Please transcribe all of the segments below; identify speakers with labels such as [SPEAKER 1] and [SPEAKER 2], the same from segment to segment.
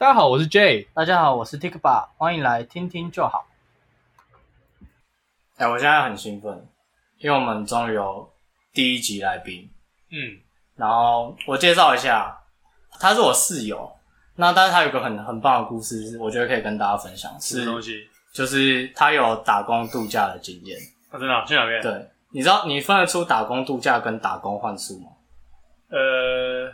[SPEAKER 1] 家好，我是 J。
[SPEAKER 2] 大家好，我是 Tikba，欢迎来听听就好。
[SPEAKER 3] 哎、我现在很兴奋，因为我们终于有第一集来宾。
[SPEAKER 1] 嗯，
[SPEAKER 3] 然后我介绍一下，他是我室友。那但是他有个很很棒的故事，我觉得可以跟大家分享，
[SPEAKER 1] 什
[SPEAKER 3] 是
[SPEAKER 1] 么东西？
[SPEAKER 3] 就是他有打工度假的经验。
[SPEAKER 1] 啊，真的啊去哪
[SPEAKER 2] 嗯
[SPEAKER 1] 边？
[SPEAKER 3] 对，你知道你分得出打工度假跟打工换宿吗？
[SPEAKER 1] 呃，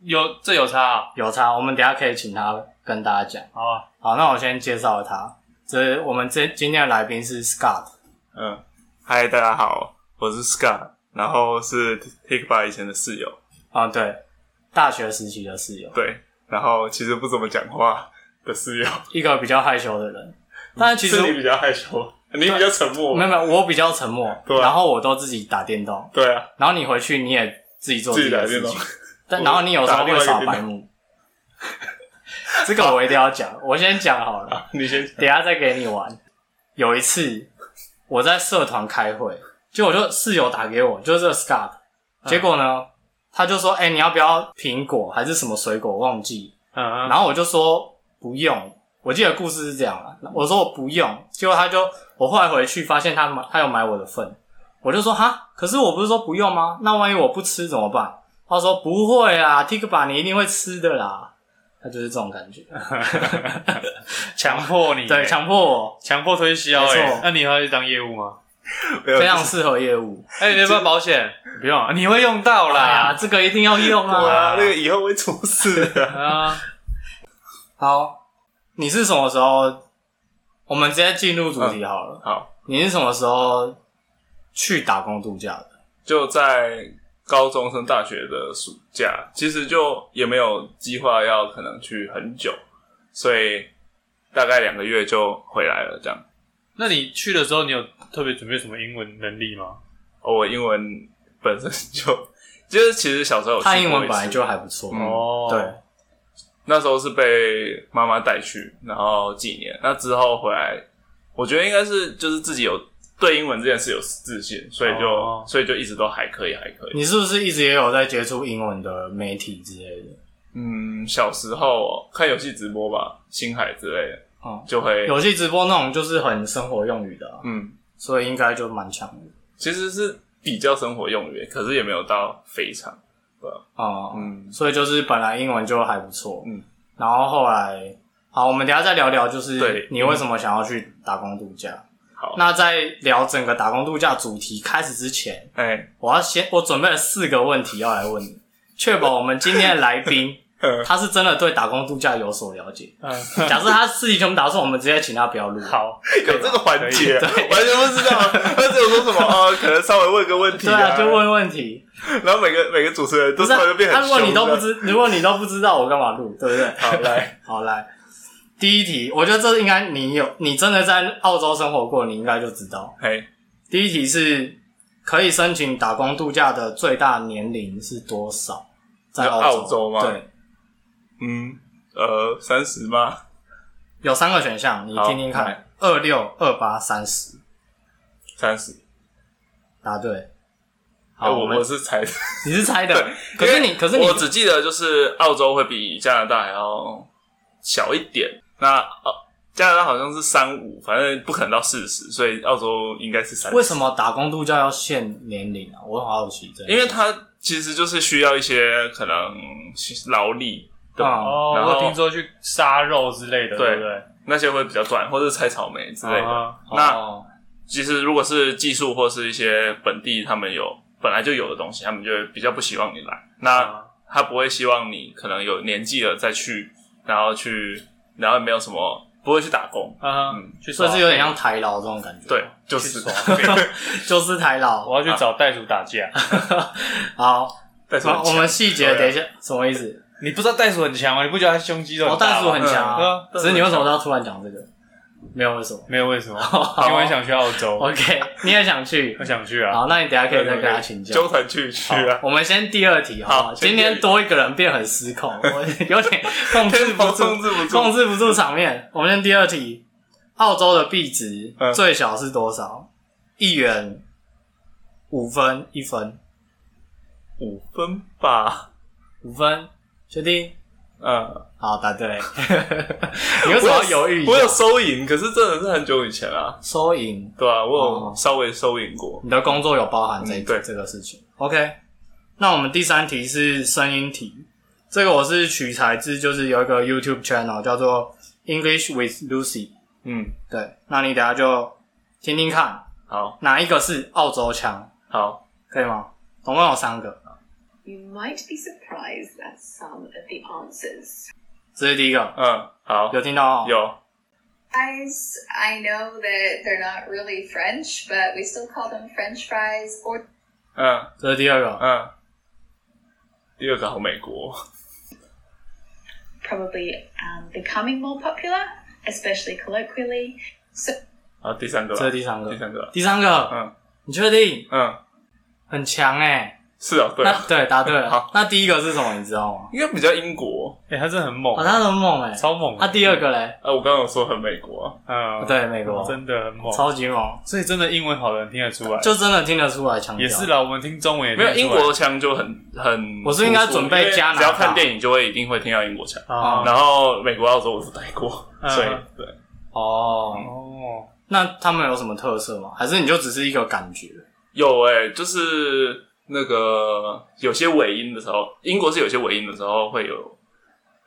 [SPEAKER 1] 有这有差啊？
[SPEAKER 3] 有差，我们等一下可以请他跟大家讲。
[SPEAKER 1] 好啊，
[SPEAKER 3] 好，那我先介绍他，这我们这今天的来宾是 Scott。
[SPEAKER 4] 嗯，嗨，大家好，我是 Scott，然后是 Tikba 以前的室友，
[SPEAKER 3] 啊，对，大学时期的室友。
[SPEAKER 4] 对，然后其实不怎么讲话的室友，
[SPEAKER 3] 一个比较害羞的人，但是其
[SPEAKER 4] 是你
[SPEAKER 3] 实
[SPEAKER 4] 比较害羞，你比较沉默
[SPEAKER 3] 没，有没有，我比较沉默，
[SPEAKER 4] 对啊
[SPEAKER 3] 然后我都自己打电动，
[SPEAKER 4] 对啊，
[SPEAKER 3] 然后你回去你也自己做
[SPEAKER 4] 自己打
[SPEAKER 3] 的
[SPEAKER 4] 电
[SPEAKER 3] 事
[SPEAKER 4] 动
[SPEAKER 3] 情，， 但然后你有时候会耍白目，这个我一定要讲，我先讲好了，
[SPEAKER 4] 你先讲，
[SPEAKER 3] 等一下再给你玩。有一次我在社团开会，就我就室友打给我，就是这个 Scott，结果呢，他就说：“哎、你要不要苹果还是什么水果？忘记。”
[SPEAKER 1] 嗯 啊，
[SPEAKER 3] 然后我就说不用，我记得故事是这样啊，我说我不用，结果他就我后来回去发现他买他有买我的份，我就说哈，可是我不是说不用吗？那万一我不吃怎么办？他说不会啊 t i k b a 你一定会吃的啦，他就是这种感觉，
[SPEAKER 1] 强迫你，
[SPEAKER 3] 对，强迫我，
[SPEAKER 1] 强迫推销，
[SPEAKER 3] 没错
[SPEAKER 1] 哎，那你要去当业务吗？
[SPEAKER 4] 没有
[SPEAKER 3] 非常适合业务，
[SPEAKER 1] 哎，你要不要保险？不用啊，你会用到
[SPEAKER 3] 哎呀，
[SPEAKER 1] 啦。
[SPEAKER 3] 这个一定要用
[SPEAKER 4] 对
[SPEAKER 3] 啊。
[SPEAKER 4] 啊，那个以后会出事的，
[SPEAKER 1] 啊，
[SPEAKER 3] 好，你是什么时候？我们直接进入主
[SPEAKER 4] 嗯
[SPEAKER 3] 题好了。
[SPEAKER 4] 好，
[SPEAKER 3] 你是什么时候去打工度假的？
[SPEAKER 4] 就在。高中升大学的暑假，其实就也没有计划要可能去很久，所以大概两个月就回来了。这样，
[SPEAKER 1] 那你去的时候，你有特别准备什么英文能力吗？
[SPEAKER 4] 哦我英文本身就， 就是其实小时候有去
[SPEAKER 3] 他英
[SPEAKER 4] 过
[SPEAKER 3] 文
[SPEAKER 4] 一
[SPEAKER 3] 本来
[SPEAKER 4] 次
[SPEAKER 3] 就还不错，
[SPEAKER 4] 嗯
[SPEAKER 1] 哦，
[SPEAKER 3] 对，
[SPEAKER 4] 那时候是被妈妈带去，然后几年，那之后回来，我觉得应该是就是自己有对英文这件事有自信，所以就、
[SPEAKER 1] 哦
[SPEAKER 4] 所以就一直都还可以，还可以。
[SPEAKER 3] 你是不是一直也有在接触英文的媒体之类的？
[SPEAKER 4] 嗯，小时候看游戏直播吧，星海之类的，
[SPEAKER 3] 哦、
[SPEAKER 4] 就会
[SPEAKER 3] 游戏直播那种就是很生活用语的啊、
[SPEAKER 4] 嗯，
[SPEAKER 3] 所以应该就蛮强的
[SPEAKER 4] 其实是比较生活用语，可是也没有到非常，
[SPEAKER 3] 哦。
[SPEAKER 4] 嗯
[SPEAKER 3] 所以就是本来英文就还不错，
[SPEAKER 4] 嗯，
[SPEAKER 3] 然后后来，好，我们等一下再聊聊，就是
[SPEAKER 4] 对嗯
[SPEAKER 3] 你为什么想要去打工度假？
[SPEAKER 4] 好
[SPEAKER 3] 那在聊整个打工度假主题开始之前，
[SPEAKER 4] 哎、
[SPEAKER 3] 我要先我准备了四个问题要来问你，确保我们今天的来宾
[SPEAKER 4] 嗯
[SPEAKER 3] 他是真的对打工度假有所了解。
[SPEAKER 1] 嗯，
[SPEAKER 3] 假设他事情全部打错，我们直接请他不要录。
[SPEAKER 1] 好，
[SPEAKER 4] 有这个环节，
[SPEAKER 3] 可以啊对
[SPEAKER 4] 完全不知道，啊 他只有说什么哦，可能稍微问个问题、
[SPEAKER 3] 对啊，就，问问题，
[SPEAKER 4] 然后每个每个主持人
[SPEAKER 3] 不
[SPEAKER 4] 都
[SPEAKER 3] 是
[SPEAKER 4] 突
[SPEAKER 3] 啊、
[SPEAKER 4] 然就变
[SPEAKER 3] 啊
[SPEAKER 4] 很
[SPEAKER 3] 如果你
[SPEAKER 4] 凶
[SPEAKER 3] 都
[SPEAKER 4] 这
[SPEAKER 3] 不
[SPEAKER 4] 样
[SPEAKER 3] 知， 如果你都不知道，我干嘛录，对不对？
[SPEAKER 4] 好来，
[SPEAKER 3] 好来，第一题，我觉得这应该你有，你真的在澳洲生活过，你应该就知道。
[SPEAKER 4] 嘿。
[SPEAKER 3] 第一题是可以申请打工度假的最大年龄是多少？在洲
[SPEAKER 4] 澳洲吗
[SPEAKER 3] 对，
[SPEAKER 4] 嗯，呃，三十吗？
[SPEAKER 3] 有三个选项，你
[SPEAKER 4] 好
[SPEAKER 3] 听听看
[SPEAKER 4] 来：
[SPEAKER 3] 二六、二八、三十。
[SPEAKER 4] 三十。
[SPEAKER 3] 答对。
[SPEAKER 4] 哎
[SPEAKER 3] 好，
[SPEAKER 4] 我
[SPEAKER 3] 们
[SPEAKER 4] 我是猜的，
[SPEAKER 3] 你是猜的
[SPEAKER 4] 对，
[SPEAKER 3] 可是你可是你
[SPEAKER 4] 我只记得就是澳洲会比加拿大还要小一点。那呃，加拿大好像是三五，反正不可能到四十，所以澳洲应该是三。
[SPEAKER 3] 为什？么打工度假要限年龄啊？我很好奇这件事。
[SPEAKER 4] 因为它其实就是需要一些可能劳力的，
[SPEAKER 3] 啊
[SPEAKER 1] 哦，
[SPEAKER 4] 然后
[SPEAKER 1] 我有听说去杀肉之类的，
[SPEAKER 4] 对
[SPEAKER 1] 对不对？
[SPEAKER 4] 那些会比较短，或者是采草莓之类的。
[SPEAKER 1] 啊
[SPEAKER 4] 那
[SPEAKER 3] 哦
[SPEAKER 4] 其实如果是技术或是一些本地他们有本来就有的东西，他们就会比较不希望你来。
[SPEAKER 3] 啊
[SPEAKER 4] 那他不会希望你可能有年纪了再去，然后去，然后没有什么不会去打工。
[SPEAKER 1] 啊
[SPEAKER 4] 嗯，
[SPEAKER 1] 去
[SPEAKER 3] 所
[SPEAKER 1] 耍
[SPEAKER 3] 以是有点像台劳这种感觉。
[SPEAKER 4] 对，，就是
[SPEAKER 1] 去
[SPEAKER 3] 就是台劳。
[SPEAKER 1] 我要去找袋鼠打架。
[SPEAKER 3] 好，
[SPEAKER 4] 但是很
[SPEAKER 3] 好我们细节等一下，什么意思？
[SPEAKER 1] 你不知道袋鼠很强吗？你不觉得它胸肌都
[SPEAKER 3] 哦，
[SPEAKER 1] 很大
[SPEAKER 3] 袋
[SPEAKER 1] 吗
[SPEAKER 3] 鼠很强
[SPEAKER 4] 嗯
[SPEAKER 1] 对
[SPEAKER 3] 啊
[SPEAKER 1] 啊，
[SPEAKER 3] 只是你为什么要突然讲这个？没有为什么。
[SPEAKER 1] 没有为什么，
[SPEAKER 3] 好
[SPEAKER 1] 因为我很想去澳洲，
[SPEAKER 3] OK，你也想去
[SPEAKER 1] 我？想去啊。
[SPEAKER 3] 好，那你等一下可以再跟他请教
[SPEAKER 4] 纠。团去去
[SPEAKER 3] 好
[SPEAKER 4] 啊，
[SPEAKER 3] 我们先第二题好不好？
[SPEAKER 4] 好
[SPEAKER 3] 今
[SPEAKER 4] 先第二
[SPEAKER 3] 天
[SPEAKER 4] 题
[SPEAKER 3] 多一个人变很失控，我 有点控制不住
[SPEAKER 4] 控。制不
[SPEAKER 3] 控
[SPEAKER 4] 住，
[SPEAKER 3] 制不住场面。我们先第二题，澳洲的币值
[SPEAKER 4] 嗯
[SPEAKER 3] 最小是多少？一元、五分、一分、
[SPEAKER 4] 五分吧。
[SPEAKER 3] 五分，确定？
[SPEAKER 4] 呃，
[SPEAKER 3] 好，答对。你为什么要犹豫一下？
[SPEAKER 4] 我有收银，可是真的是很久以前啊，
[SPEAKER 3] 收银，
[SPEAKER 4] 对啊，我
[SPEAKER 3] 哦
[SPEAKER 4] 有稍微收银过。
[SPEAKER 3] 你的工作有包含这一
[SPEAKER 4] 嗯对
[SPEAKER 3] 这个事情。OK，那我们第三题是声音题，这个我是取材自就是有一个 YouTube channel 叫做 English with Lucy，
[SPEAKER 4] 嗯，
[SPEAKER 3] 对，那你等一下就听听看
[SPEAKER 4] 好
[SPEAKER 3] 哪一个是澳洲腔，
[SPEAKER 4] 好，
[SPEAKER 3] 可以吗？总共有三个，
[SPEAKER 5] You might be surprised at some of the answers.
[SPEAKER 3] 这是第一个，
[SPEAKER 4] 嗯，好，
[SPEAKER 3] 有听到哦？
[SPEAKER 4] 有，
[SPEAKER 5] Fries, I know that they're not really French, but we still call them French fries or
[SPEAKER 4] 嗯
[SPEAKER 3] 这是第二个，
[SPEAKER 4] 嗯。第二个好美国，
[SPEAKER 5] probably um, becoming more popular, especially colloquially. So
[SPEAKER 4] 然后第三个啦，
[SPEAKER 3] 这是第三个
[SPEAKER 4] 第三个啦，
[SPEAKER 3] 第三个，
[SPEAKER 4] 嗯
[SPEAKER 3] 你确定？
[SPEAKER 4] 嗯，
[SPEAKER 3] 很强哎、
[SPEAKER 4] 是啊，对
[SPEAKER 3] 那
[SPEAKER 4] 啊，
[SPEAKER 3] 对，答对了
[SPEAKER 4] 好。
[SPEAKER 3] 那第一个是什么？你知道吗？
[SPEAKER 4] 应该比较英国，
[SPEAKER 1] 哎、他真的很猛，
[SPEAKER 3] 哦，他很猛哎、
[SPEAKER 1] 超猛。
[SPEAKER 3] 那、第二个嘞？
[SPEAKER 4] 啊，我刚刚有说很美国啊，
[SPEAKER 1] 嗯，
[SPEAKER 3] 对，美国，
[SPEAKER 1] 真的很猛。
[SPEAKER 3] 超级猛，
[SPEAKER 1] 所以真的英文好的人听得出来，
[SPEAKER 3] 就真的听得出来强
[SPEAKER 1] 哦
[SPEAKER 3] 调。
[SPEAKER 1] 也是啦。我们听中文也
[SPEAKER 4] 没有
[SPEAKER 1] 听
[SPEAKER 4] 英
[SPEAKER 1] 得出来
[SPEAKER 4] 国腔就很很，
[SPEAKER 3] 我是应该准备
[SPEAKER 4] 因为
[SPEAKER 3] 加拿大
[SPEAKER 4] 只要看电影就会一定会听到英国腔，
[SPEAKER 1] 啊
[SPEAKER 4] 然后美国、澳洲我都待过，
[SPEAKER 1] 嗯
[SPEAKER 4] 所以对，
[SPEAKER 3] 哦。
[SPEAKER 1] 哦，
[SPEAKER 3] 那他们有什么特色吗？还是你就只是一个感觉？
[SPEAKER 4] 有哎、就是那个有些尾音的时候，英国是有些尾音的时候会有，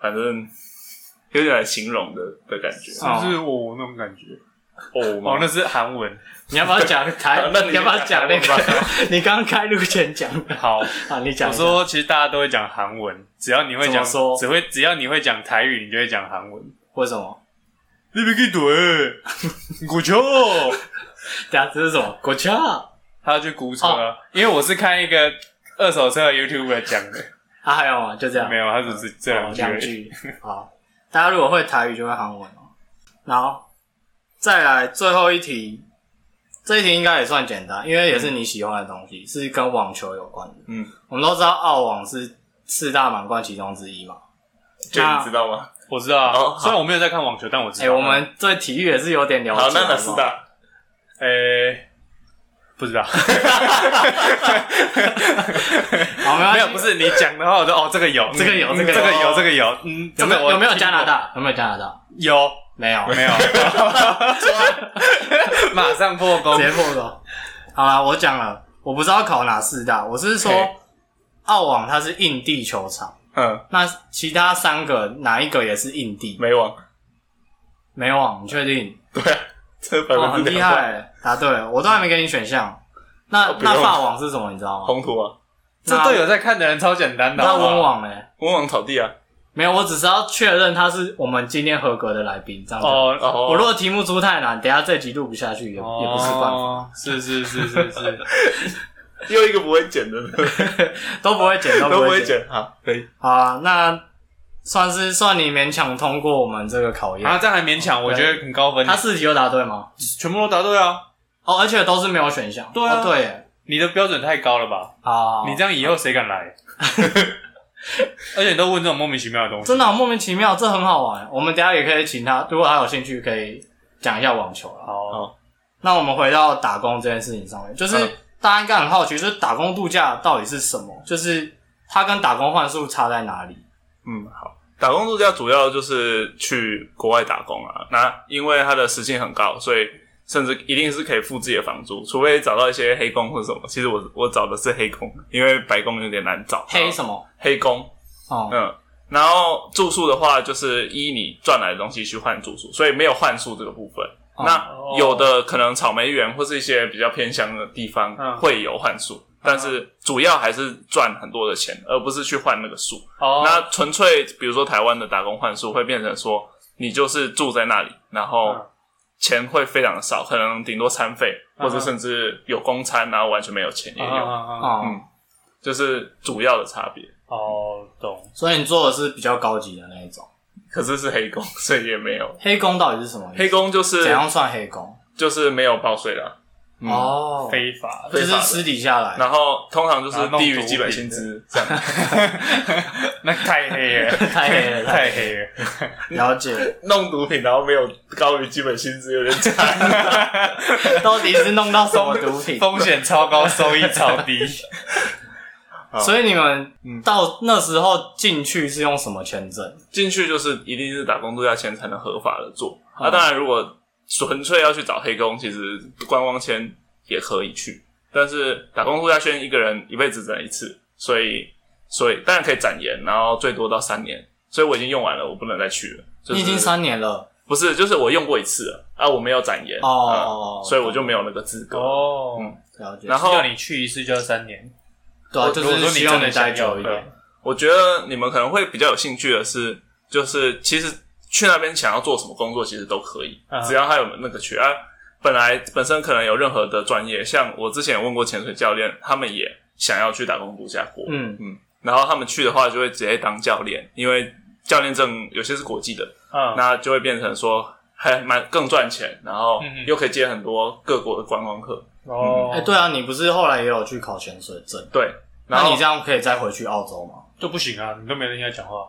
[SPEAKER 4] 反正有点来形容的的感觉。
[SPEAKER 3] 哦
[SPEAKER 1] 就是我那种感觉。
[SPEAKER 4] 哦
[SPEAKER 1] 哦，
[SPEAKER 4] 吗
[SPEAKER 1] 那是韩文。
[SPEAKER 3] 你要 不要讲台？
[SPEAKER 4] 那你
[SPEAKER 3] 你要不要讲那
[SPEAKER 4] 讲吧
[SPEAKER 3] 个？ 你刚刚开录前讲的
[SPEAKER 1] 好，
[SPEAKER 3] 啊，你讲
[SPEAKER 1] 我
[SPEAKER 3] 一下。
[SPEAKER 1] 说其实大家都会讲韩文，只要你会
[SPEAKER 3] 怎
[SPEAKER 1] 讲，
[SPEAKER 3] 么说
[SPEAKER 1] 只会只要你会讲台语，你就会讲韩文。
[SPEAKER 3] 为什么？
[SPEAKER 1] 你别去 怼，鼓球。
[SPEAKER 3] 等下这是什么？国家啊
[SPEAKER 1] 他要去鼓车啊，因为我是看一个二手车的 YouTube 讲的，
[SPEAKER 3] 啊，还有吗？就这样，
[SPEAKER 1] 没有，他只是这
[SPEAKER 3] 哦
[SPEAKER 1] 两句而
[SPEAKER 3] 两
[SPEAKER 1] 已。
[SPEAKER 3] 句。 好，大家如果会台语就会韩文哦。然后再来最后一题，这一题应该也算简单，因为也是你喜欢的东西，是跟网球有关的。
[SPEAKER 4] 嗯，
[SPEAKER 3] 我们都知道澳网是四大满贯其中之一嘛。
[SPEAKER 4] 就
[SPEAKER 3] 那
[SPEAKER 4] 你知道吗？
[SPEAKER 1] 我知道啊，
[SPEAKER 4] 哦好
[SPEAKER 1] 虽然我没有在看网球，但我知
[SPEAKER 3] 哎、
[SPEAKER 1] 道。
[SPEAKER 3] 我们对体育也是有点了解。哦
[SPEAKER 4] 好，那
[SPEAKER 3] 不
[SPEAKER 4] 哪四？大？
[SPEAKER 1] 哎，不 知道，
[SPEAKER 3] 好，没关
[SPEAKER 1] 没
[SPEAKER 3] 系
[SPEAKER 1] 有，不是你讲的话，我就哦，这个有，
[SPEAKER 3] 这个有
[SPEAKER 1] 嗯
[SPEAKER 3] 这个有
[SPEAKER 1] 这个有，这个有，嗯，
[SPEAKER 3] 有没
[SPEAKER 1] 这个
[SPEAKER 3] 有
[SPEAKER 1] 我
[SPEAKER 3] 有没有
[SPEAKER 1] 听过
[SPEAKER 3] 加拿？大？有没有加拿大？
[SPEAKER 1] 有，
[SPEAKER 3] 没有，
[SPEAKER 1] 没有， 马上破功
[SPEAKER 3] 直。接破了。好啦，我讲了，我不知道考哪四大，我是说
[SPEAKER 1] OK
[SPEAKER 3] 澳网它是硬地球场，
[SPEAKER 4] 嗯，
[SPEAKER 3] 那其他三个哪一个也是硬地？
[SPEAKER 4] 美网。
[SPEAKER 3] 没网，你确定？
[SPEAKER 4] 对啊，这百
[SPEAKER 3] 哦，
[SPEAKER 4] 分
[SPEAKER 3] 很
[SPEAKER 4] 之
[SPEAKER 3] 厉
[SPEAKER 4] 两
[SPEAKER 3] 害
[SPEAKER 4] 百。
[SPEAKER 3] 欸，答对了，我都还没给你选项。那、
[SPEAKER 4] 哦不用
[SPEAKER 3] 那法网是什么？你知道吗？
[SPEAKER 4] 红啊土啊，
[SPEAKER 1] 这对有在看的人超简单的，
[SPEAKER 3] 那
[SPEAKER 1] 好不好
[SPEAKER 3] 温网呢？
[SPEAKER 4] 温网草地啊。
[SPEAKER 3] 没有，我只是要确认他是我们今天合格的来宾，这样子。
[SPEAKER 1] 哦，
[SPEAKER 4] 哦，
[SPEAKER 3] 我如果题目出太难，等一下这集录不下去也、也不是办法，
[SPEAKER 1] 哦，是是是是是，
[SPEAKER 4] 又一个不会剪的，
[SPEAKER 3] 都不会剪，都
[SPEAKER 4] 都不
[SPEAKER 3] 不
[SPEAKER 4] 会
[SPEAKER 3] 会剪。
[SPEAKER 4] 剪。好，可以。
[SPEAKER 3] 好啊，那算是算你勉强通过我们这个考验。
[SPEAKER 1] 啊，这样还勉强，我觉得很高分。
[SPEAKER 3] 他四题都答对吗？
[SPEAKER 1] 全部都答对啊，
[SPEAKER 3] 哦，而且都是没有选项。
[SPEAKER 1] 对啊
[SPEAKER 3] 哦、对耶。
[SPEAKER 1] 你的标准太高了吧？
[SPEAKER 3] 啊，
[SPEAKER 1] 你这样以后谁敢 来？而且你都问这种莫名其妙的东西，
[SPEAKER 3] 真的好莫名其妙，这很好玩。我们等一下也可以请他，如果他有兴趣，可以讲一下网球了。
[SPEAKER 1] 好，
[SPEAKER 3] 那我们回到打工这件事情上面，就是、
[SPEAKER 4] 嗯
[SPEAKER 3] 大家应该很好奇，就是打工度假到底是什么？就是它跟打工换宿差在哪里？
[SPEAKER 4] 嗯，好。打工度假主要就是去国外打工啊，那因为它的时薪很高，所以甚至一定是可以付自己的房租，除非找到一些黑工或什么。其实我我找的是黑工，因为白工有点难找。
[SPEAKER 3] 黑什么？
[SPEAKER 4] 黑工，
[SPEAKER 3] 哦、
[SPEAKER 4] 嗯。然后住宿的话，就是依你赚来的东西去换住宿，所以没有换宿这个部分。
[SPEAKER 3] 哦
[SPEAKER 4] 那有的可能草莓园或是一些比较偏乡的地方
[SPEAKER 1] 嗯
[SPEAKER 4] 会有换宿，但是主要还是赚很多的钱，而不是去换那个宿。
[SPEAKER 1] 哦，
[SPEAKER 4] 那纯粹比如说台湾的打工换宿会变成说，你就是住在那里，然
[SPEAKER 1] 嗯
[SPEAKER 4] 后钱会非常的少，可能顶多餐费，或者
[SPEAKER 1] 嗯哼
[SPEAKER 4] 甚至有公餐，然后完全没有钱也
[SPEAKER 1] 啊
[SPEAKER 4] 有，
[SPEAKER 1] 啊啊啊
[SPEAKER 3] 哦、
[SPEAKER 4] 嗯就是主要的差别。
[SPEAKER 1] 哦，懂，
[SPEAKER 3] 所以你做的是比较高级的那一种。
[SPEAKER 4] 可是是黑工，所以也没有
[SPEAKER 3] 黑工到底是什么意思？
[SPEAKER 4] 黑工就是
[SPEAKER 3] 怎样算黑工？
[SPEAKER 4] 就是没有报税的啊、嗯，
[SPEAKER 3] 哦，
[SPEAKER 1] 非 法
[SPEAKER 3] 就
[SPEAKER 4] 非法
[SPEAKER 3] 是
[SPEAKER 4] 的
[SPEAKER 3] 私底下来，
[SPEAKER 4] 然后通常就是
[SPEAKER 1] 然啊后弄
[SPEAKER 4] 低于
[SPEAKER 1] 毒
[SPEAKER 4] 基本
[SPEAKER 1] 品
[SPEAKER 4] 薪
[SPEAKER 1] 的
[SPEAKER 4] 资这样。
[SPEAKER 1] 那太黑了，
[SPEAKER 3] 太黑了
[SPEAKER 1] 太黑了。
[SPEAKER 3] 了解
[SPEAKER 4] 弄毒品，然后没有高于基本薪资，有点惨。
[SPEAKER 3] 到底是弄到什么毒品？
[SPEAKER 1] 风险超高，收益超低。
[SPEAKER 4] 嗯
[SPEAKER 3] 所以你们
[SPEAKER 1] 嗯
[SPEAKER 3] 到那时候进去是用什么签证？
[SPEAKER 4] 进去就是一定是打工度假签才能合法的做。那、
[SPEAKER 3] 嗯
[SPEAKER 4] 当然，如果纯粹要去找黑工，其实观光签也可以去，但是打工度假签一个人一辈子只能一次，所以所以当然可以展延，然后最多到三年。所以我已经用完了，我不能再去了。就是、
[SPEAKER 3] 你已经三年了
[SPEAKER 4] 不是，就是我用过一次了啊，我没有展延啊
[SPEAKER 3] 哦，
[SPEAKER 4] 所以我就没有那个资格。
[SPEAKER 1] 哦
[SPEAKER 4] 嗯
[SPEAKER 3] 了解。
[SPEAKER 4] 然后
[SPEAKER 1] 要你去一次就要三年，
[SPEAKER 3] 对啊，
[SPEAKER 1] 我
[SPEAKER 3] 就
[SPEAKER 1] 如果
[SPEAKER 3] 是
[SPEAKER 1] 说你
[SPEAKER 3] 希望
[SPEAKER 1] 真的
[SPEAKER 3] 你待
[SPEAKER 1] 想要
[SPEAKER 3] 久一点。
[SPEAKER 4] 我觉得你们可能会比较有兴趣的是，就是其实去那边想要做什么工作，其实都可以，
[SPEAKER 1] 嗯
[SPEAKER 4] 只要他有那个缺啊。本来本身可能有任何的专业，像我之前也问过潜水教练，他们也想要去打工度假过，
[SPEAKER 3] 嗯，
[SPEAKER 4] 然后他们去的话就会直接当教练，因为教练证有些是国际的，
[SPEAKER 1] 嗯，
[SPEAKER 3] 啊
[SPEAKER 4] 那就会变成说还蛮更赚钱，然后
[SPEAKER 1] 嗯嗯
[SPEAKER 4] 又可以接很多各国的观光客，
[SPEAKER 1] 哦，
[SPEAKER 3] 哎，对啊，你不是后来也有去考潜水证？
[SPEAKER 4] 对。然
[SPEAKER 3] 那
[SPEAKER 4] 后
[SPEAKER 3] 你这样可以再回去澳洲吗？
[SPEAKER 1] 就不行啊，你都没人听他讲话，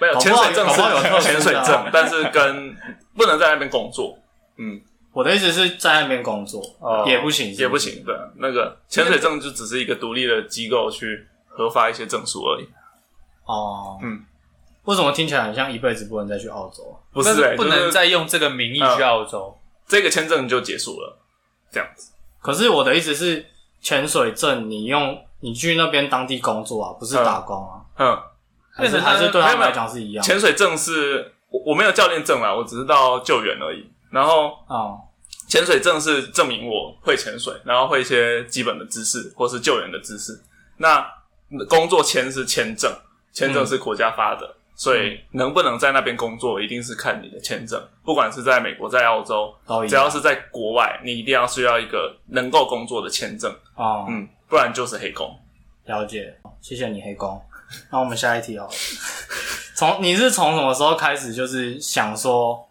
[SPEAKER 4] 没有
[SPEAKER 3] 搞不
[SPEAKER 4] 潜
[SPEAKER 3] 好
[SPEAKER 4] 水证
[SPEAKER 3] 搞不好有特
[SPEAKER 4] 是
[SPEAKER 3] 殊的
[SPEAKER 4] 潜
[SPEAKER 3] 啊
[SPEAKER 4] 水证，但是跟不能在那边工作，嗯，
[SPEAKER 3] 我的意思是在那边工作
[SPEAKER 1] 哦
[SPEAKER 3] 也不行，是是
[SPEAKER 4] 也不。行。对，啊那个潜水证就只是一个独立的机构去核发一些证书而已，
[SPEAKER 3] 哦，
[SPEAKER 4] 嗯，
[SPEAKER 3] 为什么听起来很像一辈子不能再去澳洲啊？
[SPEAKER 4] 不
[SPEAKER 1] 但
[SPEAKER 4] 是、欸、
[SPEAKER 1] 不能
[SPEAKER 4] 在
[SPEAKER 1] 再用这个名义去澳洲，
[SPEAKER 4] 这个签证就结束了，这样子。
[SPEAKER 3] 可是我的意思是，潜水证你用你去那边当地工作啊，不是
[SPEAKER 4] 嗯
[SPEAKER 3] 打工啊，
[SPEAKER 4] 嗯，
[SPEAKER 3] 还是
[SPEAKER 1] 变成他
[SPEAKER 3] 还是对他们
[SPEAKER 4] 没有
[SPEAKER 3] 来讲是一样
[SPEAKER 4] 潜水证是我我没有教练证啦，我只是到救援而已。然后
[SPEAKER 3] 啊？
[SPEAKER 4] 潜水证是证明我会潜水，然后会一些基本的知识或是救援的知识。那工作签是签证，签证是国家发的，所以能不能在那边工作，一定是看你的签证。不管是在美国、在澳洲，
[SPEAKER 3] 都一
[SPEAKER 4] 只要
[SPEAKER 3] 样
[SPEAKER 4] 是在国外，你一定要需要一个能够工作的签证，
[SPEAKER 3] 哦，
[SPEAKER 4] 嗯，不然就是黑工。
[SPEAKER 3] 了解，谢谢你黑工。那我们下一题哦。 从你是从什么时候开始就是想说，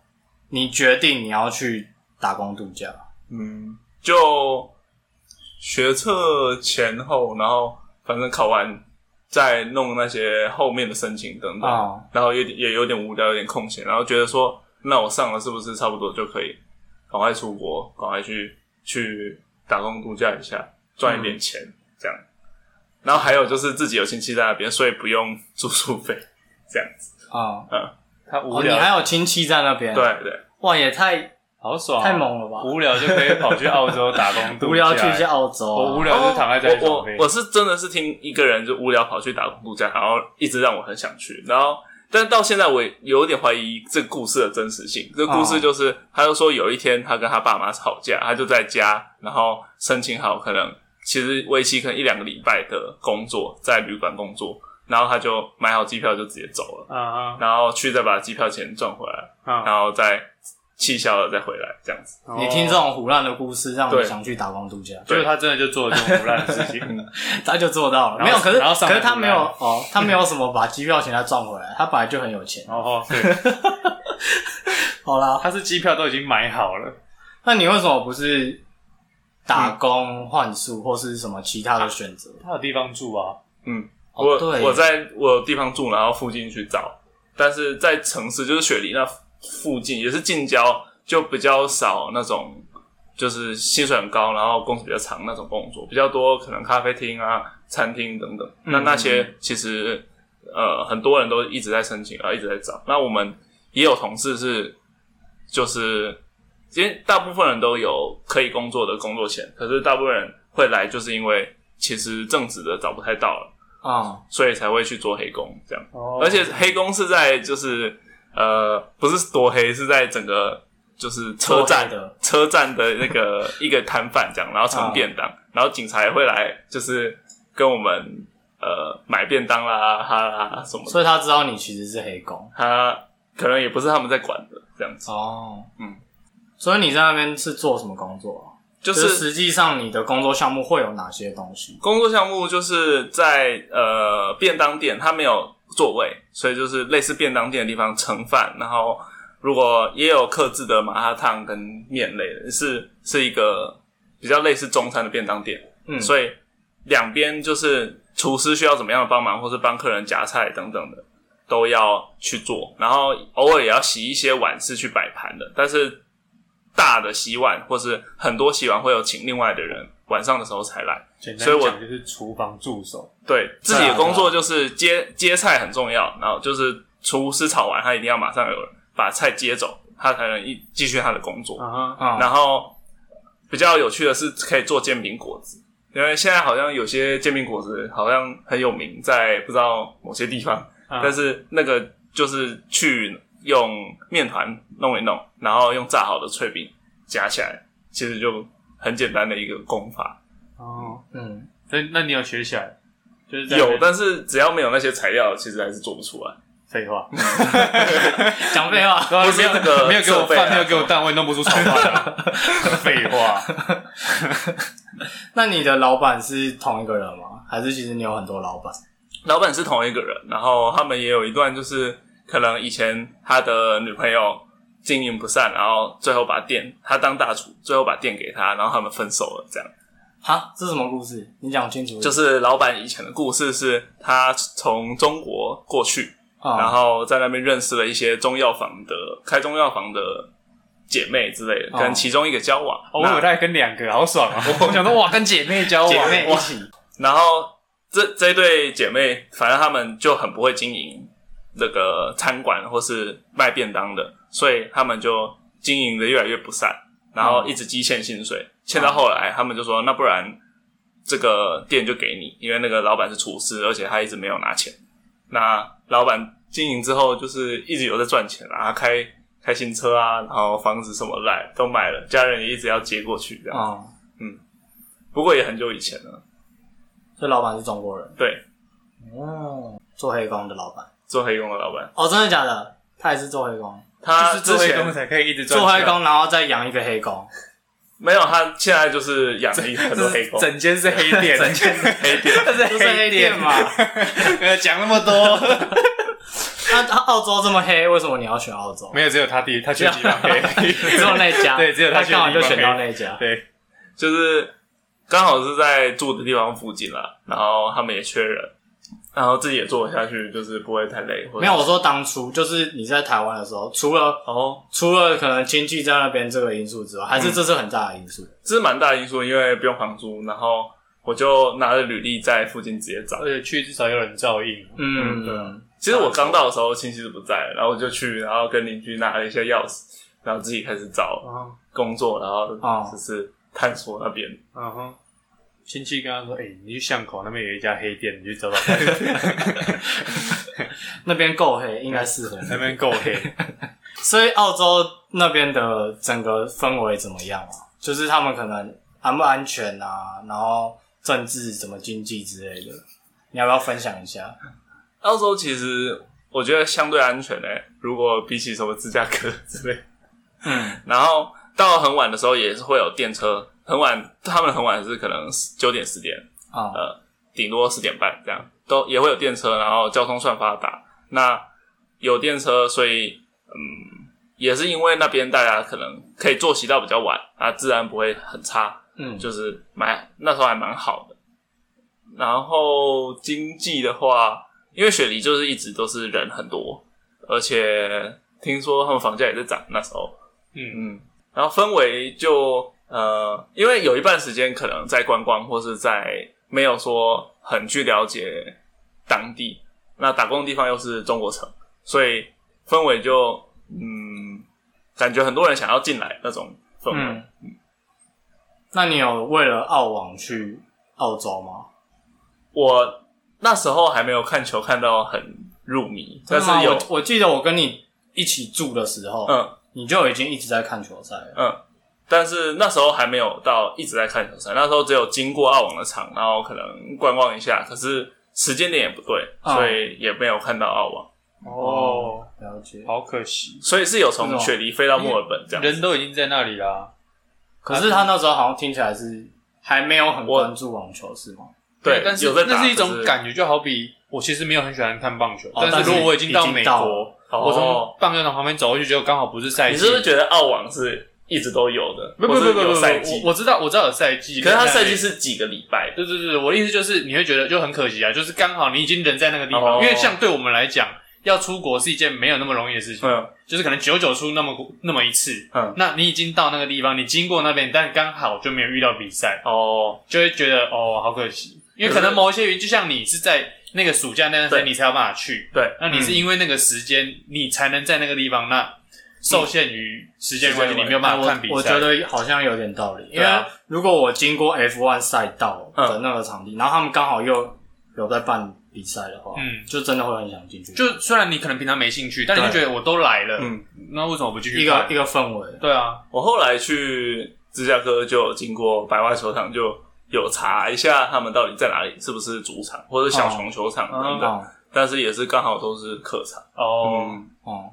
[SPEAKER 3] 你决定你要去打工度假？
[SPEAKER 4] 嗯，就学测前后，然后反正考完再弄那些后面的申请等等，
[SPEAKER 3] 哦
[SPEAKER 4] 然后也也有点无聊，有点空闲，然后觉得说，那我上了是不是差不多就可以赶快出国，赶快去去打工度假一下，赚一点钱、这样。然后还有就是自己有亲戚在那边，所以不用住宿费，这样子。
[SPEAKER 3] 啊、
[SPEAKER 1] 他
[SPEAKER 3] 嗯
[SPEAKER 1] 无
[SPEAKER 3] 哦，你还
[SPEAKER 1] 聊，
[SPEAKER 3] 有亲戚在那边？
[SPEAKER 4] 对，对，
[SPEAKER 3] 哇，也太
[SPEAKER 1] 好爽啊，
[SPEAKER 3] 太猛了吧
[SPEAKER 1] 无聊就可以跑去澳洲打 工度假，
[SPEAKER 3] 无聊去一下澳洲啊、
[SPEAKER 1] 我无聊就躺在家里
[SPEAKER 4] 哦我
[SPEAKER 1] 耍
[SPEAKER 4] 我
[SPEAKER 1] 废
[SPEAKER 4] 我是真的是听一个人就无聊跑去打工度假，然后一直让我很想去，然后但到现在我有点怀疑这故事的真实性。这故
[SPEAKER 1] 哦
[SPEAKER 4] 事就是，他就说有一天他跟他爸妈吵架，他就在家，然后申请好可能其实为期可能一两个礼拜的工作，在旅馆工作，然后他就买好机票就直接走了，
[SPEAKER 1] 啊
[SPEAKER 4] 然后去再把机票钱赚回来，
[SPEAKER 1] 啊啊！
[SPEAKER 4] 然后再气消了再回来这样子。
[SPEAKER 3] 你听这种胡乱的故事，让我
[SPEAKER 4] 对
[SPEAKER 3] 想去打工度假。
[SPEAKER 1] 哦就是他真的就做了这种腐烂的事 情，
[SPEAKER 3] 他就做到了，
[SPEAKER 1] 然后
[SPEAKER 3] 没有，可是
[SPEAKER 1] 然后上
[SPEAKER 3] 可
[SPEAKER 1] 来
[SPEAKER 3] 是
[SPEAKER 1] 就
[SPEAKER 3] 他没
[SPEAKER 1] 来
[SPEAKER 3] 有
[SPEAKER 1] 了
[SPEAKER 3] 哦，他没有什么把机票钱他赚回来，他本来就很有钱。
[SPEAKER 1] 然后
[SPEAKER 3] 好啦，
[SPEAKER 1] 哦他是机票都已经买好了，
[SPEAKER 3] 那你为什么不是打工换宿或是什么其他的选择？
[SPEAKER 1] 他有地方住啊，
[SPEAKER 4] 嗯，
[SPEAKER 3] 哦
[SPEAKER 4] 我、
[SPEAKER 3] 对
[SPEAKER 4] 我在我地方住，然后附近去找，但是在城市就是雪梨那附近也是近郊，就比较少那种就是薪水很高，然后工时比较长那种工作，比较多可能咖啡厅啊、餐厅等等。
[SPEAKER 3] 嗯
[SPEAKER 4] 那那些其实呃很多人都一直在申请，啊然后一直在找。那我们也有同事是就是。因为大部分人都有可以工作的工作钱，可是大部分人会来，就是因为其实正职的找不太到了，
[SPEAKER 3] 啊、
[SPEAKER 4] 所以才会去做黑工这样。
[SPEAKER 1] 哦
[SPEAKER 4] 而且黑工是在就是呃，不是多黑，是在整个就是车站
[SPEAKER 3] 做黑的
[SPEAKER 4] 车站的那个一个摊贩这样，然后盛便
[SPEAKER 3] 啊
[SPEAKER 4] 当，然后警察也会来，就是跟我们呃买便当啦、哈啦什么的，
[SPEAKER 3] 所以他知道你其实是黑工
[SPEAKER 4] 他可能也不是他们在管的这样子，
[SPEAKER 3] 哦，
[SPEAKER 4] 嗯，
[SPEAKER 3] 所以你在那边是做什么工作啊、
[SPEAKER 4] 就
[SPEAKER 3] 就是
[SPEAKER 4] 是
[SPEAKER 3] 实际上你的工作项目会有哪些东西？
[SPEAKER 4] 工作项目就是在呃便当店，它没有座位，所以就是类似便当店的地方盛饭，然后如果也有克制的麻辣烫跟面类的，是是一个比较类似中餐的便当店，
[SPEAKER 3] 嗯
[SPEAKER 4] 所以两边就是厨师需要怎么样的帮忙，或是帮客人夹菜等等的都要去做，然后偶尔也要洗一些碗是去摆盘的，但是大的洗碗或是很多洗碗会有请另外的人晚上的时候才来。
[SPEAKER 1] 简
[SPEAKER 4] 所以
[SPEAKER 1] 单
[SPEAKER 4] 我
[SPEAKER 1] 讲就是厨房助手，
[SPEAKER 4] 对自己的工作就是接接菜很重要，然后就是厨师炒完，他一定要马上有人把菜接走，他才能一继续他的工作。
[SPEAKER 1] 嗯哼，
[SPEAKER 3] 啊，
[SPEAKER 4] 然后比较有趣的是，可以做煎饼果子，因为现在好像有些煎饼果子好像很有名，在不知道某些地方，
[SPEAKER 1] 嗯
[SPEAKER 4] 但是那个就是去用面团弄一弄，然后用炸好的脆饼夹起来，其实就很简单的一个功法。
[SPEAKER 1] 哦，
[SPEAKER 3] 嗯，
[SPEAKER 1] 那那你有学起来？就是在那边
[SPEAKER 4] 有，但是只要没有那些材料，其实还是做不出来。
[SPEAKER 1] 废 话，
[SPEAKER 3] 讲废话，
[SPEAKER 1] 不
[SPEAKER 4] 是那个
[SPEAKER 1] 没有给我
[SPEAKER 4] 设备啊
[SPEAKER 1] 饭，没有给我蛋，我也弄不出炒饭啊。 废话，
[SPEAKER 3] 那你的老板是同一个人吗？还是其实你有很多老板？
[SPEAKER 4] 老板是同一个人，然后他们也有一段就是可能以前他的女朋友经营不善，然后最后把店他当大厨，最后把店给他，然后他们分手了。这样
[SPEAKER 3] 哈，这是什么故事？你讲清楚一点。
[SPEAKER 4] 就是老板以前的故事是他从中国过去，
[SPEAKER 3] 啊，
[SPEAKER 4] 然后在那边认识了一些中药房的开中药房的姐妹之类的，
[SPEAKER 3] 哦
[SPEAKER 4] 跟其中一个交往。
[SPEAKER 1] 偶
[SPEAKER 4] 那
[SPEAKER 1] 尔再跟两个，好爽啊！我想说，哇，跟姐妹交
[SPEAKER 3] 姐
[SPEAKER 1] 往，
[SPEAKER 3] 妹一
[SPEAKER 1] 哇
[SPEAKER 3] 起
[SPEAKER 4] 然后这这对姐妹，反正她们就很不会经营这个餐馆或是卖便当的，所以她们就经营的越来越不善，然后一直积欠薪水，欠到后来，他们就说那不然这个店就给你，因为那个老板是厨师，而且他一直没有拿钱。那老板经营之后，就是一直有在赚钱啊，开开新车啊，然后房子什么来都买了，家人也一直要接过去这样。
[SPEAKER 3] 啊，
[SPEAKER 4] 不过也很久以前了，
[SPEAKER 3] 这老板是中国人
[SPEAKER 4] 对，
[SPEAKER 3] 哦，做黑工的老板
[SPEAKER 4] 做黑工的老板。
[SPEAKER 3] 哦，真的假的？他也是做黑工，
[SPEAKER 4] 他
[SPEAKER 1] 就是
[SPEAKER 4] 之
[SPEAKER 1] 做黑工
[SPEAKER 4] 前
[SPEAKER 1] 才可以一直赚
[SPEAKER 3] 做黑
[SPEAKER 1] 钱啊，
[SPEAKER 3] 工，然后再养一个黑工，
[SPEAKER 4] 没有，他现在就是养了一个很多黑工，
[SPEAKER 1] 整间是黑店，整间
[SPEAKER 4] 黑 店。
[SPEAKER 1] 是
[SPEAKER 3] 这是 黑店嘛？
[SPEAKER 1] 呃，讲那么多，
[SPEAKER 3] 那他澳洲这么黑，为什么你要选澳洲？
[SPEAKER 1] 没有，只有他弟，他去地 方黑，
[SPEAKER 3] 只有那 家，
[SPEAKER 1] 对只有他
[SPEAKER 3] 他
[SPEAKER 1] 选的
[SPEAKER 3] 刚好
[SPEAKER 1] 地
[SPEAKER 3] 就
[SPEAKER 1] 方
[SPEAKER 3] 选到
[SPEAKER 1] 可
[SPEAKER 3] 那家。
[SPEAKER 1] 对，
[SPEAKER 4] 就是刚好是在住的地方附近啦，然后他们也缺人，然后自己也做下去，就是不会太累。或者
[SPEAKER 3] 没有，我说当初就是你在台湾的时候，除了
[SPEAKER 4] 哦，
[SPEAKER 3] 除了可能经济在那边这个因素之外，还是这是很大的因素。
[SPEAKER 4] 这是蛮大的因素，因为不用房租，然后我就拿着履历在附近直接找
[SPEAKER 1] 而。且去至少有人照应，
[SPEAKER 3] 嗯，
[SPEAKER 1] 对啊
[SPEAKER 4] 其实我刚到的时候亲戚是不在的，然后我就去，然后跟邻居拿了一些钥匙，然后自己开始找
[SPEAKER 1] 嗯
[SPEAKER 4] 工作，然
[SPEAKER 3] 哦
[SPEAKER 4] 后就是探索那边。
[SPEAKER 1] 嗯哼。亲戚跟他说：“哎、你去巷口那边有一家黑店，你去找找看，
[SPEAKER 3] 那边够黑，应该适合你。
[SPEAKER 1] 那边够黑。
[SPEAKER 3] 所以澳洲那边的整个氛围怎么样啊？就是他们可能安不安全啊，然后政治、什么经济之类的，你要不要分享一下？
[SPEAKER 4] 澳洲其实我觉得相对安全诶、欸如果比起什么芝加哥之类，
[SPEAKER 3] 嗯，
[SPEAKER 4] 然后到很晚的时候也是会有电车，很晚他们很晚是可能九点十点，
[SPEAKER 3] 啊、
[SPEAKER 4] 呃，顶多十点半这样，都也会有电车，然后交通算发达。那有电车，所以嗯，也是因为那边大家可能可以作息到比较晚啊，治安不会很差，
[SPEAKER 3] 嗯，
[SPEAKER 4] 就是蛮那时候还蛮好的。然后经济的话，因为雪梨就是一直都是人很多，而且听说他们房价也在涨，那时候，
[SPEAKER 1] 嗯
[SPEAKER 4] 嗯，然后氛围就呃，因为有一半时间可能在观光或是在没有说很去了解当地，那打工的地方又是中国城，所以氛围就嗯，感觉很多人想要进来那种氛围。
[SPEAKER 3] 嗯，那你有为了澳网去澳洲吗？
[SPEAKER 4] 我那时候还没有看球看到很入迷，但
[SPEAKER 3] 真的
[SPEAKER 4] 是
[SPEAKER 3] 吗
[SPEAKER 4] 有
[SPEAKER 3] 我我记得我跟你一起住的时候，
[SPEAKER 4] 嗯
[SPEAKER 3] 你就已经一直在看球赛了。
[SPEAKER 4] 嗯，但是那时候还没有到一直在看球赛，那时候只有经过澳网的场，然后可能观望一下，可是时间点也不对，
[SPEAKER 3] 哦
[SPEAKER 4] 所以也没有看到澳网，
[SPEAKER 1] 哦，
[SPEAKER 3] 了解。
[SPEAKER 1] 好可惜，
[SPEAKER 4] 所以是有
[SPEAKER 3] 是
[SPEAKER 4] 从
[SPEAKER 3] 哦
[SPEAKER 4] 雪梨飞到墨尔本这样子
[SPEAKER 1] 人都已经在那里啦。
[SPEAKER 3] 可是他那时候好像听起来是还没有很
[SPEAKER 4] 我
[SPEAKER 3] 关注网球，是吗？
[SPEAKER 4] 对，
[SPEAKER 1] 但是
[SPEAKER 4] 有在打
[SPEAKER 1] 那是一
[SPEAKER 4] 可
[SPEAKER 1] 种感觉，就好比我其实没有很喜欢看棒球，
[SPEAKER 3] 哦
[SPEAKER 1] 但是如
[SPEAKER 3] 但
[SPEAKER 1] 果
[SPEAKER 3] 是
[SPEAKER 1] 我已经到
[SPEAKER 3] 已
[SPEAKER 1] 美
[SPEAKER 3] 经到
[SPEAKER 1] 国，
[SPEAKER 4] 哦
[SPEAKER 1] 我从棒球场旁边走过去，就刚好不是赛
[SPEAKER 4] 你
[SPEAKER 1] 季。
[SPEAKER 4] 是不是觉得澳网是一直都有的，
[SPEAKER 1] 不不
[SPEAKER 4] 或
[SPEAKER 1] 不
[SPEAKER 4] 是
[SPEAKER 1] 不不
[SPEAKER 4] 有
[SPEAKER 1] 不，
[SPEAKER 4] 赛季
[SPEAKER 1] 我？我知道我知道有赛季，
[SPEAKER 4] 可是它赛季
[SPEAKER 1] 但
[SPEAKER 4] 是几个礼拜的，
[SPEAKER 1] 对对对，对我的意思就是你会觉得就很可惜啊，就是刚好你已经人在那个地方，
[SPEAKER 4] 哦
[SPEAKER 1] 因为像对我们来讲，要出国是一件没有那么容易的事情，
[SPEAKER 4] 嗯
[SPEAKER 1] 就是可能久久出那么那么一次。
[SPEAKER 4] 嗯
[SPEAKER 1] 那你已经到那个地方，你经过那边，但刚好就没有遇到比赛，
[SPEAKER 4] 哦，
[SPEAKER 1] 就会觉得哦，好可惜。因为可
[SPEAKER 4] 可
[SPEAKER 1] 能
[SPEAKER 4] 是
[SPEAKER 1] 某一些鱼，就像你是在那个暑假那段时间，
[SPEAKER 4] 对
[SPEAKER 1] 你才有办法去。
[SPEAKER 4] 对，
[SPEAKER 1] 那
[SPEAKER 3] 嗯
[SPEAKER 1] 你是因为那个时间，你才能在那个地方，那受限于时间关系，
[SPEAKER 4] 时间
[SPEAKER 1] 你没有办法看比
[SPEAKER 3] 我我
[SPEAKER 1] 赛
[SPEAKER 3] 觉。得好像有点道理，因
[SPEAKER 4] 对
[SPEAKER 3] 为
[SPEAKER 4] 啊
[SPEAKER 3] 如果我经过 F1 赛道的那个场地，然后他们刚好又有在办比赛的话，
[SPEAKER 1] 嗯
[SPEAKER 3] 就真的会很想进去，
[SPEAKER 1] 就虽然你可能平常没兴趣，但你就觉得我都来了，
[SPEAKER 4] 嗯，
[SPEAKER 1] 那为什么不继续
[SPEAKER 3] 一个
[SPEAKER 1] 看
[SPEAKER 3] 一个氛围。
[SPEAKER 1] 对啊，
[SPEAKER 4] 我后来去芝加哥就有经过百万球场，就有查一下他们到底在哪里，是不是主场或者小熊球场等等，
[SPEAKER 3] 哦
[SPEAKER 4] 但是也是刚好都是客场。
[SPEAKER 1] 哦，
[SPEAKER 4] 嗯，
[SPEAKER 3] 哦，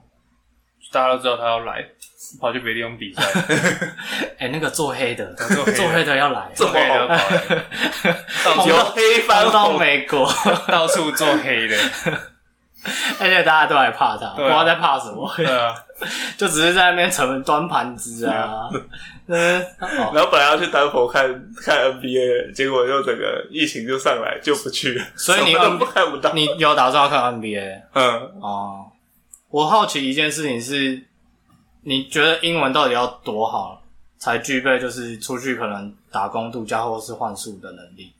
[SPEAKER 1] 大家都知道他要来，跑去别地方比赛，
[SPEAKER 3] 哎、那个做黑
[SPEAKER 4] 哦
[SPEAKER 3] 的，
[SPEAKER 1] 做黑的
[SPEAKER 3] 做黑的要来，
[SPEAKER 4] 这么
[SPEAKER 1] 黑
[SPEAKER 3] 啊
[SPEAKER 1] 的
[SPEAKER 4] 好，
[SPEAKER 1] 到
[SPEAKER 4] 有
[SPEAKER 1] 处
[SPEAKER 4] 黑
[SPEAKER 3] 搬
[SPEAKER 4] 翻
[SPEAKER 3] 到
[SPEAKER 4] 红，
[SPEAKER 3] 美 国，
[SPEAKER 1] 到处做黑 的，
[SPEAKER 3] 而且大家都还怕他，不
[SPEAKER 1] 对啊
[SPEAKER 3] 知道在怕什么，
[SPEAKER 1] 对啊，
[SPEAKER 3] 就只是在那边成端盘子啊，嗯，哦，
[SPEAKER 4] 然后本来要去丹佛看看 NBA，结果又整个疫情就上来，就不去了，
[SPEAKER 3] 所以你
[SPEAKER 4] 什么都看不到。
[SPEAKER 3] 你有打算要看 NBA？
[SPEAKER 4] 嗯，
[SPEAKER 3] 哦，我好奇一件事情是，你觉得英文到底要多好才具备就是出去可能打工度假或是换宿的能力？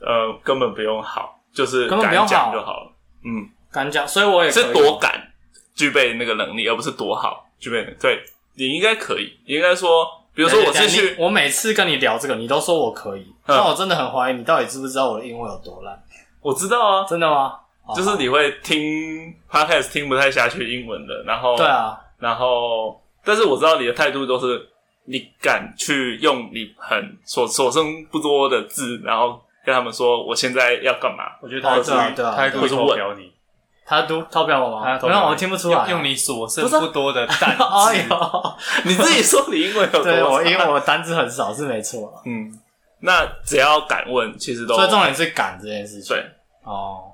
[SPEAKER 4] 呃，根本不用好，就是
[SPEAKER 3] 根本不用
[SPEAKER 4] 敢讲
[SPEAKER 3] 好
[SPEAKER 4] 就好了。嗯，
[SPEAKER 3] 敢讲，所以我也可以
[SPEAKER 4] 是多敢具备那个能力，而不是多好具备。对你应该可以，你应该说，
[SPEAKER 3] 比
[SPEAKER 4] 比如说我是去，
[SPEAKER 3] 我每次跟你聊这个，你都说我可以，
[SPEAKER 4] 嗯
[SPEAKER 3] 那我真的很怀疑你到底知不知道我的英文有多烂？
[SPEAKER 4] 我知道啊，
[SPEAKER 3] 真的吗？哦
[SPEAKER 4] 就是你会听 podcast 听不太下去英文的，然
[SPEAKER 1] 哦
[SPEAKER 4] 后
[SPEAKER 3] 对啊，
[SPEAKER 4] 然后，但是我知道你的态度都是，你敢去用你很所所剩不多的字，然后跟他们说我现在要 干嘛。
[SPEAKER 1] 我觉得
[SPEAKER 3] 他
[SPEAKER 1] 他
[SPEAKER 3] 会故意
[SPEAKER 1] 他
[SPEAKER 3] 他会
[SPEAKER 4] 故
[SPEAKER 1] 故
[SPEAKER 4] 意
[SPEAKER 1] 意
[SPEAKER 4] 偷
[SPEAKER 1] 偷窺你，
[SPEAKER 3] 他读套票我啊吗？没有，我听不出来。啊
[SPEAKER 1] 用你所剩不多 的蛋
[SPEAKER 3] 哎
[SPEAKER 1] 字，
[SPEAKER 3] 呦，
[SPEAKER 4] 你自己说你英文 有多
[SPEAKER 3] 对我
[SPEAKER 4] 差
[SPEAKER 3] 因为我单字很少是没错 啊，
[SPEAKER 4] 嗯，那只要敢问，其实都
[SPEAKER 3] 所以重点是敢这件事情。
[SPEAKER 4] 对，
[SPEAKER 3] 哦，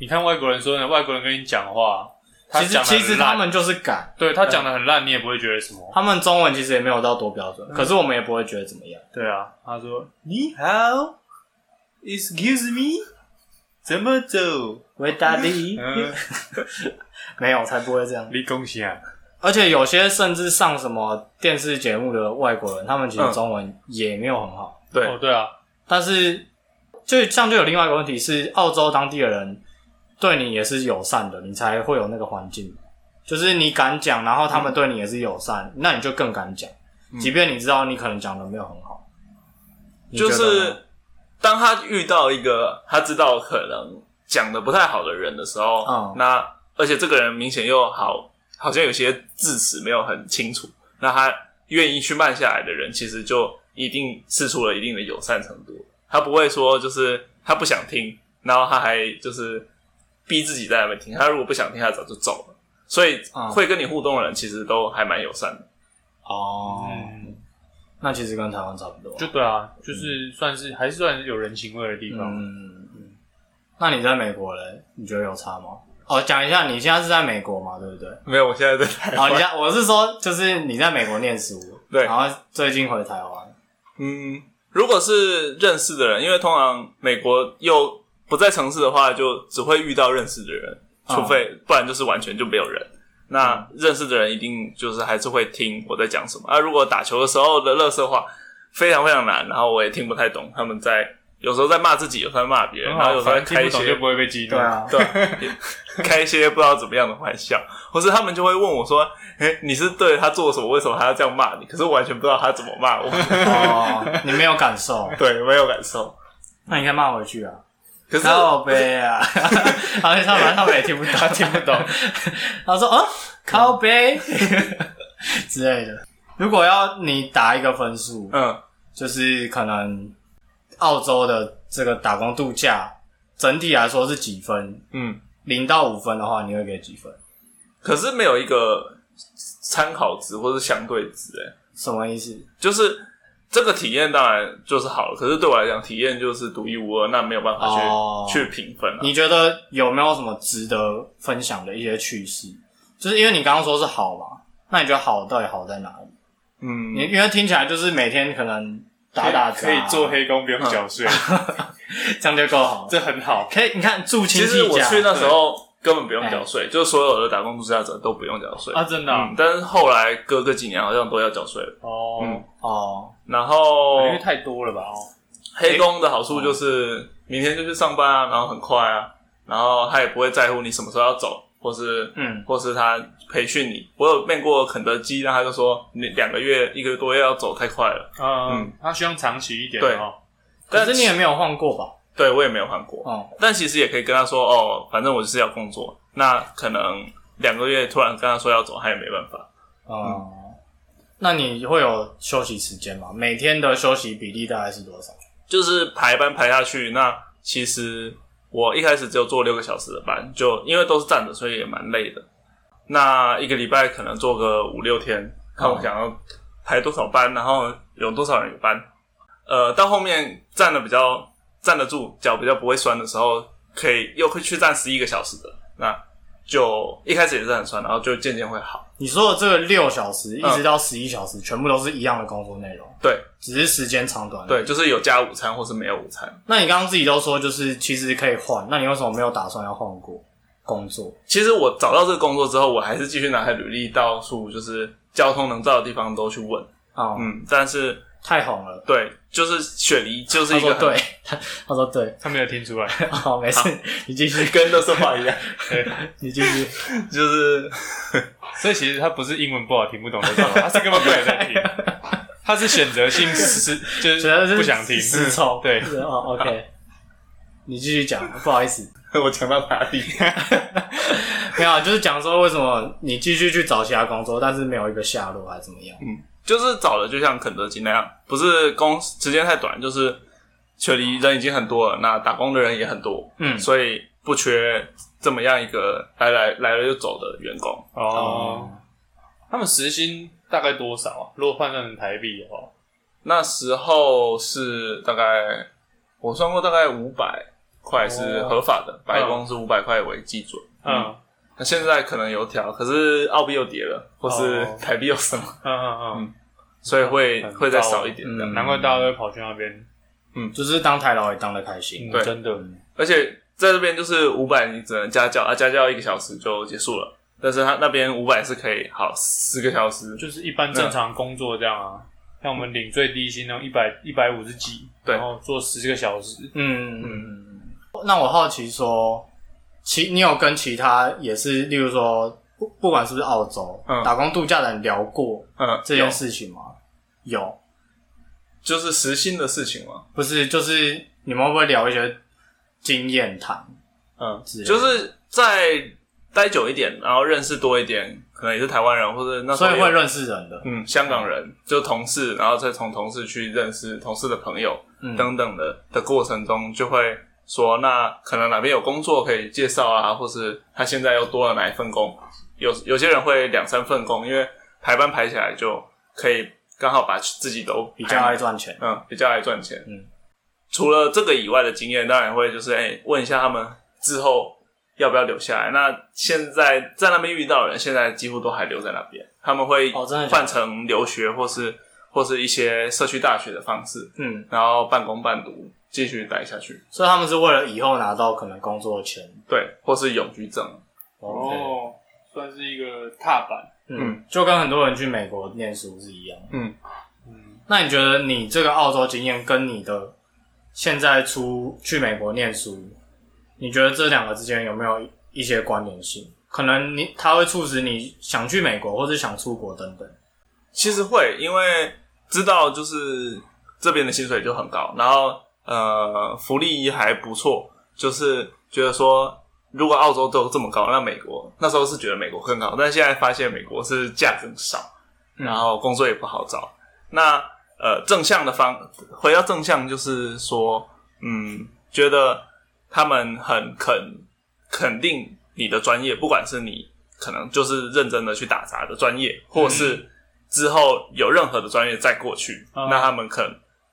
[SPEAKER 1] 你看外国人说呢，外国人跟你讲话，他嗯
[SPEAKER 3] 其实
[SPEAKER 1] 讲的
[SPEAKER 3] 其实
[SPEAKER 1] 很
[SPEAKER 3] 他
[SPEAKER 1] 烂，
[SPEAKER 3] 们就是敢。
[SPEAKER 1] 对他讲的很烂，你也不会觉得什么。
[SPEAKER 3] 他们中文其实也没有到多标
[SPEAKER 1] 嗯
[SPEAKER 3] 准，可是我们也不会觉得怎么样。
[SPEAKER 1] 对啊，他说你好，Excuse me，怎么走？
[SPEAKER 3] 喂，大力，
[SPEAKER 1] 嗯，
[SPEAKER 3] 没有才不会这样。
[SPEAKER 1] 你恭喜啊！
[SPEAKER 3] 而且有些甚至上什么电视节目的外国人，他们其
[SPEAKER 1] 嗯
[SPEAKER 3] 实中文也没有很好。
[SPEAKER 4] 对
[SPEAKER 1] 哦，对啊，
[SPEAKER 3] 但是，就像就有另外一个问题是，澳洲当地的人对你也是友善的，你才会有那个环境。就是你敢讲，然后他们对你也是友善，那你就更敢讲，即便你知道你可能讲的没有很好。嗯你
[SPEAKER 4] 就
[SPEAKER 3] 觉得呢
[SPEAKER 4] 是当他遇到一个他知道可能讲的不太好的人的时候，
[SPEAKER 3] 嗯
[SPEAKER 4] 那而且这个人明显又好，好像有些字词没有很清楚，那他愿意去慢下来的人，其实就一定试出了一定的友善程度，他不会说就是他不想听，然后他还就是逼自己在那边听，他如果不想听，他早就走了。所以
[SPEAKER 3] 嗯
[SPEAKER 4] 会跟你互动的人，其实都还蛮友善的。
[SPEAKER 3] 哦，
[SPEAKER 1] 嗯，
[SPEAKER 3] 那其实跟台湾差不多。
[SPEAKER 1] 就对啊，就是算是还是算有人情味的地方。
[SPEAKER 3] 嗯，嗯那你在美国嘞？你觉得有差吗？哦，讲一下，你现在是在美国嘛，对 不对？
[SPEAKER 4] 没有，我现在在台
[SPEAKER 3] 哦，你在我是说，就是你在美国念书，
[SPEAKER 4] 对
[SPEAKER 3] 然后最近回台湾，
[SPEAKER 4] 嗯，如果是认识的人，因为通常美国又不在城市的话，就只会遇到认识的人，
[SPEAKER 3] 嗯
[SPEAKER 1] 啊
[SPEAKER 4] 除非、不然就是完全就没有人。
[SPEAKER 1] 嗯
[SPEAKER 4] 那认识的人一定就是还是会听我在讲什么啊。如果打球的时候的乐色话非常非常难，然后我也听不太懂他们在有时候在骂自己，有时候在骂别人，
[SPEAKER 1] 很
[SPEAKER 4] 然后
[SPEAKER 1] 好，
[SPEAKER 4] 有时候在
[SPEAKER 1] 哦反正听
[SPEAKER 4] 开一
[SPEAKER 1] 不懂
[SPEAKER 4] 些
[SPEAKER 1] 就不会被激怒。
[SPEAKER 3] 对，啊，
[SPEAKER 4] 对，开一些不知道怎么样的玩笑，或是他们就会问我说：“哎、你是对他做了什么？为什么他要这样骂你？”可是我完全不知道他怎么骂 我，
[SPEAKER 3] 哦，你没有感受，
[SPEAKER 4] 对，没有感受。
[SPEAKER 3] 那你可以骂回去啊，
[SPEAKER 4] 可是
[SPEAKER 3] 靠背 啊，然后他们他们也听不懂，听不懂， 他说哦，靠背 之类的。如果要你打一个分数，
[SPEAKER 4] 嗯，
[SPEAKER 3] 就是可能澳洲的这个打工度假整体来说是几分？
[SPEAKER 4] 嗯，
[SPEAKER 3] 零到五分的话，你会给几分？
[SPEAKER 4] 可是没有一个参考值或是相对值，哎，
[SPEAKER 3] 什么意思？
[SPEAKER 4] 就是这个体验当然就是好了，可是对我来讲，体验就是独一无二，那没有办法去、
[SPEAKER 3] 哦
[SPEAKER 4] 去评分了、啊
[SPEAKER 3] 你觉得有没有什么值得分享的一些趣事？就是因为你刚刚说是好嘛，那你觉得好到底好在哪里？你
[SPEAKER 4] 嗯，
[SPEAKER 3] 因为听起来就是每天可能打打杂啊
[SPEAKER 1] 可以做，黑工，不用缴税，
[SPEAKER 3] 这样就够好了。
[SPEAKER 1] 这很好。
[SPEAKER 3] 可以，你看住
[SPEAKER 4] 其
[SPEAKER 3] 亲戚
[SPEAKER 4] 实我
[SPEAKER 3] 家，
[SPEAKER 4] 去那时候根本不用缴税，就是所有的打工度假者都不用缴税。
[SPEAKER 3] 啊，真的啊
[SPEAKER 4] 嗯，但是后来隔个几年好像都要缴税了。
[SPEAKER 1] 哦，
[SPEAKER 4] 嗯，
[SPEAKER 3] 哦，
[SPEAKER 4] 然后
[SPEAKER 1] 因为太多了吧？哦，
[SPEAKER 4] 黑工的好
[SPEAKER 3] 哎
[SPEAKER 4] 处就是明天就去上班啊，然后很快啊，然后他也不会在乎你什么时候要走，或是
[SPEAKER 3] 嗯
[SPEAKER 4] 或是他培训你。我有面过肯德基，然后他就说你两个月一个多月要走太快了。
[SPEAKER 1] 嗯
[SPEAKER 4] 嗯，
[SPEAKER 1] 他希望长期一点，
[SPEAKER 4] 对
[SPEAKER 1] 哦，
[SPEAKER 3] 可是
[SPEAKER 4] 但
[SPEAKER 3] 你也没有换过吧？
[SPEAKER 4] 对我也没有换过，
[SPEAKER 3] 哦，
[SPEAKER 4] 但其实也可以跟他说哦，反正我就是要工作。那可能两个月突然跟他说要走，他也没办法。
[SPEAKER 3] 哦、
[SPEAKER 4] 嗯
[SPEAKER 3] 那你会有休息时间吗？每天的休息比例大概是多少？
[SPEAKER 4] 就是排班排下去，那其实我一开始只有做六个小时的班，就因为都是站着，所以也蛮累的。那一个礼拜可能做个五六天，看我想要排多少班，然后有多少人有班。呃，到后面站的比较站得住，脚比较不会酸的时候，可以又会去站十一个小时的，那就一开始也是很酸，然后就渐渐会好。
[SPEAKER 3] 你说的这个六小时一直到十一小时，全部都是一样的工作内容，
[SPEAKER 4] 对
[SPEAKER 3] 只是时间长短。，
[SPEAKER 4] 对，就是有加午餐或是没有午餐。
[SPEAKER 3] 那你刚刚自己都说就是其实可以换，那你为什么没有打算要换过工作？
[SPEAKER 4] 其实我找到这个工作之后，我还是继续拿开履历到处就是交通能到的地方都去问，
[SPEAKER 3] 哦，
[SPEAKER 4] 嗯，但是
[SPEAKER 3] 太红了。
[SPEAKER 4] 对，就是雪梨就是
[SPEAKER 3] 他
[SPEAKER 4] 一个
[SPEAKER 3] 说
[SPEAKER 4] 很
[SPEAKER 3] 对，他他说对，
[SPEAKER 1] 他没有听出 来，
[SPEAKER 3] 好，没事，你继续，
[SPEAKER 4] 跟乐色话一样，
[SPEAKER 3] 你继 续。
[SPEAKER 4] 就是
[SPEAKER 1] 所以其实他不是英文不好听不懂的， 他是根本没有在听，他是选择性 失，就
[SPEAKER 3] 主要
[SPEAKER 1] 是
[SPEAKER 3] 是
[SPEAKER 1] 不想听，
[SPEAKER 3] 失 聪。
[SPEAKER 1] 对
[SPEAKER 3] 是哦，OK，你继续 讲，不好意思，
[SPEAKER 4] 我讲到哪里？
[SPEAKER 3] 没有啊，就是讲说为什么你继续去找其他工作，但是没有一个下落，还是怎么样？
[SPEAKER 4] 就是找的就像肯德基那样，不是工时间太短，就是雪梨人已经很多了，那打工的人也很多，
[SPEAKER 3] 嗯
[SPEAKER 4] 所以不缺这么样一个来来来了就走的员工。
[SPEAKER 1] 哦，他们时薪大概多少啊？如果换算成台币的话，
[SPEAKER 4] 那时候是大概我算过，大概五百块是合法的，白宫是五百块为基准。
[SPEAKER 1] 嗯
[SPEAKER 4] 那现在可能有调，可是澳币又跌了，或是
[SPEAKER 1] 哦
[SPEAKER 4] 台币又升了，
[SPEAKER 1] 嗯嗯
[SPEAKER 4] 所以会
[SPEAKER 1] 很高
[SPEAKER 4] 会再少一点这样。
[SPEAKER 1] 嗯，
[SPEAKER 3] 嗯
[SPEAKER 1] 难怪大家都会跑去那边，
[SPEAKER 3] 就是当台老也当的开心。
[SPEAKER 4] 对
[SPEAKER 1] 嗯真的，
[SPEAKER 4] 而且在这边就是五百，你只能家教啊，家教一个小时就结束了。但是他那边五百是可以好十个小时，
[SPEAKER 1] 就是一般正常工作这样啊。像我们领最低薪那种一百一百五十几，
[SPEAKER 4] 对
[SPEAKER 1] 然后做十个小时，
[SPEAKER 3] 嗯嗯，那我好奇说，其你有跟其他也是，例如说不不管是不是澳洲、
[SPEAKER 4] 嗯
[SPEAKER 3] 打工度假的人聊过
[SPEAKER 4] 嗯，
[SPEAKER 3] 这
[SPEAKER 4] 有
[SPEAKER 3] 件事情吗？有，
[SPEAKER 4] 就是时薪的事情嘛，
[SPEAKER 3] 不是，就是你们会不会聊一些经验谈？
[SPEAKER 4] 嗯，
[SPEAKER 3] 之类的
[SPEAKER 4] 就是在待久一点，然后认识多一点，可能也是台湾人或者那时
[SPEAKER 3] 所
[SPEAKER 4] 候
[SPEAKER 3] 以
[SPEAKER 4] 也有
[SPEAKER 3] 会认识人的，
[SPEAKER 4] 嗯，香港人就同事，然后再从同事去认识同事的朋友、
[SPEAKER 3] 嗯
[SPEAKER 4] 等等的的过程中，就会说那可能哪边有工作可以介绍啊，或是他现在又多了哪一份工，有有些人会两三份工，因为排班排起来就可以刚好把自己都
[SPEAKER 3] 比较
[SPEAKER 4] 排满
[SPEAKER 3] 爱赚钱。
[SPEAKER 4] 嗯，比较爱赚钱。
[SPEAKER 3] 嗯，
[SPEAKER 4] 除了这个以外的经验，当然会就是哎、问一下他们之后要不要留下来。那现在在那边遇到的人，现在几乎都还留在那边，他们会
[SPEAKER 3] 哦真的假的
[SPEAKER 4] 换成留学或是或是一些社区大学的方式，
[SPEAKER 3] 嗯，
[SPEAKER 4] 然后半工半读继续待下去，
[SPEAKER 3] 所以他们是为了以后拿到可能工作签。
[SPEAKER 4] 对，或是永居证。
[SPEAKER 3] OK，
[SPEAKER 1] 哦，算是一个踏板。
[SPEAKER 3] 嗯，就跟很多人去美国念书是一样。
[SPEAKER 4] 嗯
[SPEAKER 1] 嗯
[SPEAKER 3] 那你觉得你这个澳洲经验跟你的现在出去美国念书，你觉得这两个之间有没有一些关联性？可能你它会促使你想去美国，或是想出国等等。
[SPEAKER 4] 其实会，因为知道就是这边的薪水就很高，然后呃福利还不错，就是觉得说如果澳洲都这么高，那美国那时候是觉得美国更高，但现在发现美国是价更少，然后工作也不好找。那呃正向的方回到正向就是说，嗯，觉得他们很肯肯定你的专业，不管是你可能就是认真的去打杂的专业，或是之后有任何的专业再过去，
[SPEAKER 1] 嗯
[SPEAKER 4] 那他们肯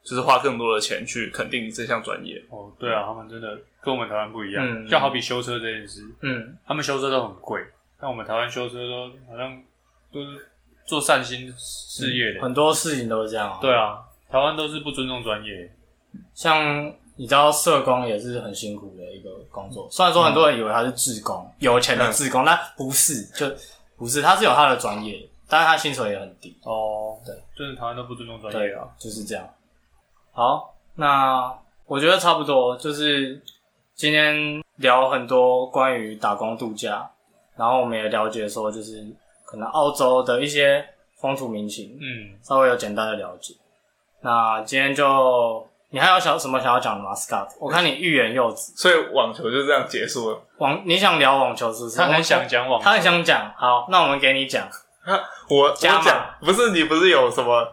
[SPEAKER 4] 就是花更多的钱去肯定你这项专业。
[SPEAKER 1] 哦，对啊，他们真的跟我们台湾不一样，
[SPEAKER 3] 嗯
[SPEAKER 1] 就好比修车这件事，
[SPEAKER 3] 嗯，
[SPEAKER 1] 他们修车都很贵，但我们台湾修车都好像都是做善心事业的。
[SPEAKER 3] 很多事情都是这样、啊。
[SPEAKER 1] 对啊，台湾都是不尊重专业。
[SPEAKER 3] 像你知道社工也是很辛苦的一个工作，虽然说很多人以为他是志工，有钱的志工，但不是，就不是，他是有他的专业，但是他薪水也很低，
[SPEAKER 1] 哦，
[SPEAKER 3] 对，
[SPEAKER 1] 就是台湾都不尊重专
[SPEAKER 3] 对
[SPEAKER 1] 业啊。，
[SPEAKER 3] 就是这样。好，那我觉得差不多，就是今天聊很多关于打工度假，然后我们也了解说，就是可能澳洲的一些风土民情，
[SPEAKER 1] 嗯，
[SPEAKER 3] 稍微有简单的了解。那今天就你还有想什么想要讲的吗，Scott？我看你欲言又止，
[SPEAKER 4] 所以网球就这样结束了。
[SPEAKER 3] 网你想聊网球是不是？
[SPEAKER 1] 他很想，讲网
[SPEAKER 3] 他很想讲。好，那我们给你讲。
[SPEAKER 4] 我我
[SPEAKER 3] 加码
[SPEAKER 4] 讲不是你不是有什么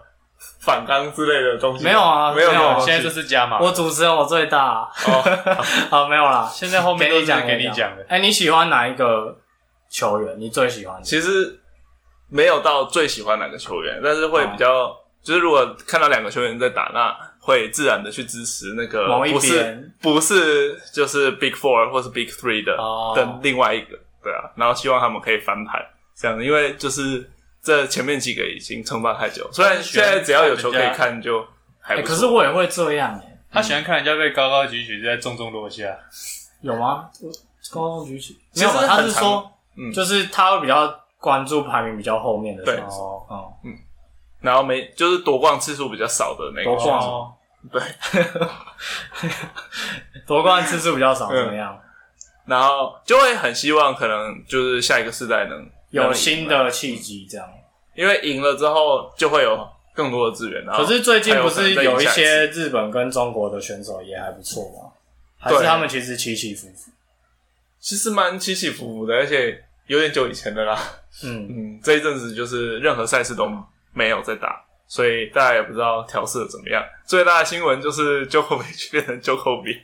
[SPEAKER 4] 反刚之类的东西吗？
[SPEAKER 3] 没有啊
[SPEAKER 4] 没有
[SPEAKER 3] 没
[SPEAKER 4] 这
[SPEAKER 3] 有
[SPEAKER 4] 种东西。
[SPEAKER 1] 现在这是加码，
[SPEAKER 3] 我主持人我最大。
[SPEAKER 4] 哦，
[SPEAKER 3] 好，没有啦。
[SPEAKER 1] 现在后面都
[SPEAKER 3] 给你
[SPEAKER 1] 是
[SPEAKER 3] 讲
[SPEAKER 1] 给你讲的。
[SPEAKER 3] 哎、你喜欢哪一个球员？你最喜欢的？
[SPEAKER 4] 其实没有到最喜欢哪个球员，但是会比较，
[SPEAKER 3] 哦
[SPEAKER 4] 就是如果看到两个球员在打，那会自然的去支持那个
[SPEAKER 3] 某一
[SPEAKER 4] 不是
[SPEAKER 3] 边
[SPEAKER 4] 不是就是 Big Four 或是 Big Three 的、
[SPEAKER 3] 哦
[SPEAKER 4] 的另外一个，对啊，然后希望他们可以翻盘这样子，因为就是这前面几个已经称霸太久，虽然现在只要有球可以看就还
[SPEAKER 3] 哎、
[SPEAKER 4] 不
[SPEAKER 3] 可
[SPEAKER 4] 错、
[SPEAKER 3] 是我也会这样哎、
[SPEAKER 1] 他喜欢看人家被高高举起，在重重落下。
[SPEAKER 3] 有吗？我高中举起
[SPEAKER 4] 其
[SPEAKER 3] 没
[SPEAKER 4] 实
[SPEAKER 3] 有吧，他是
[SPEAKER 4] 很常
[SPEAKER 3] 说，
[SPEAKER 4] 嗯
[SPEAKER 3] 就是他会比较关注排名比较后面的
[SPEAKER 4] 对
[SPEAKER 3] 选手，哦，
[SPEAKER 4] 然后没就是夺冠次数比较少的那个
[SPEAKER 3] 夺
[SPEAKER 4] 选
[SPEAKER 3] 冠
[SPEAKER 4] 手，
[SPEAKER 3] 哦，
[SPEAKER 4] 对，
[SPEAKER 3] 夺冠次数比较少，
[SPEAKER 4] 嗯
[SPEAKER 3] 怎么样？
[SPEAKER 4] 然后就会很希望可能就是下一个世代能
[SPEAKER 3] 有
[SPEAKER 4] 能
[SPEAKER 3] 新
[SPEAKER 4] 赢
[SPEAKER 3] 的契机这样。
[SPEAKER 4] 因为赢了之后就会有更多的资源。然后
[SPEAKER 3] 可是最近不是
[SPEAKER 4] 还有
[SPEAKER 3] 有
[SPEAKER 4] 可能
[SPEAKER 3] 一
[SPEAKER 4] 再赢下
[SPEAKER 3] 些
[SPEAKER 4] 一
[SPEAKER 3] 日本跟中国的选手也还不错吗？还是
[SPEAKER 4] 对
[SPEAKER 3] 他们其实起起伏伏？
[SPEAKER 4] 其实蛮起起伏伏的，而且有点久以前的啦。
[SPEAKER 3] 嗯，
[SPEAKER 4] 嗯，这一阵子就是任何赛事都没有在打，所以大家也不知道调试的怎么样。最大的新闻就是 Djokovic 变成 Djokovic，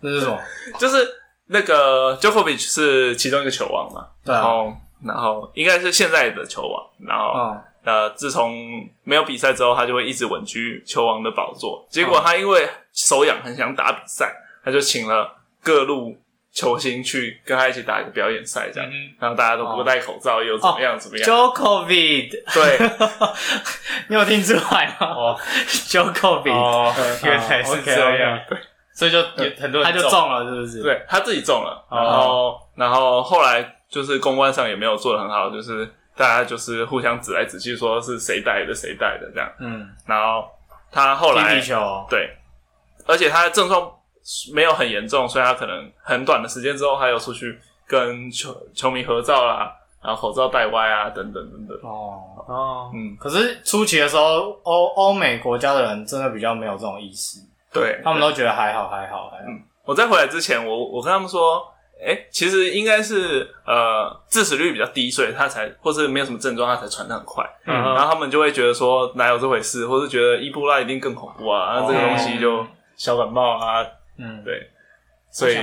[SPEAKER 3] 那是什么？
[SPEAKER 4] 就是那个 Djokovic 是其中一个球王嘛，
[SPEAKER 3] 对啊
[SPEAKER 4] 然后然后应该是现在的球王，然后、
[SPEAKER 3] 嗯，
[SPEAKER 4] 呃，自从没有比赛之后，他就会一直稳居球王的宝座。结果他因为手痒，很想打比赛，他就请了各路球星去跟他一起打一个表演赛，这样，
[SPEAKER 1] 嗯
[SPEAKER 4] 然后大家都不戴口罩，又怎么样怎么
[SPEAKER 3] 哦
[SPEAKER 4] 样？
[SPEAKER 3] Jokovic，
[SPEAKER 4] 对，
[SPEAKER 3] 你有听出来吗
[SPEAKER 1] 哦
[SPEAKER 3] ？Jokovic，
[SPEAKER 1] 哦，原
[SPEAKER 3] 来
[SPEAKER 1] 来
[SPEAKER 3] 是
[SPEAKER 1] 是
[SPEAKER 3] 这
[SPEAKER 1] 这
[SPEAKER 3] 样
[SPEAKER 1] 样，所以就也很多人
[SPEAKER 3] 啊他就中了，是不是？，
[SPEAKER 4] 对他自己中了，然后然后后来就是公关上也没有做的很好，就是大家就是互相指来指去，说是谁带的谁带的这样，
[SPEAKER 3] 嗯，
[SPEAKER 4] 然后他后
[SPEAKER 3] 踢
[SPEAKER 4] 来
[SPEAKER 3] 皮球，
[SPEAKER 4] 对，而且他的症状没有很严重，所以他可能很短的时间之后，他又出去跟球球迷合照啦，然后口罩戴歪啊，等等等等。
[SPEAKER 3] 哦，
[SPEAKER 1] 哦，
[SPEAKER 4] 嗯，
[SPEAKER 3] 可是初期的时候，欧欧美国家的人真的比较没有这种意识，
[SPEAKER 4] 对，
[SPEAKER 3] 他们都觉得还好，还好，还好。
[SPEAKER 4] 我在回来之前，我我跟他们说，哎、其实应该是呃致死率比较低，所以他才或是没有什么症状，他才传的很快。
[SPEAKER 1] 嗯
[SPEAKER 4] 然后他们就会觉得说哪有这回事，或是觉得伊波拉一定更恐怖啊，那这个东西就小感冒啊，
[SPEAKER 3] 嗯，
[SPEAKER 4] 对，所以
[SPEAKER 1] 哦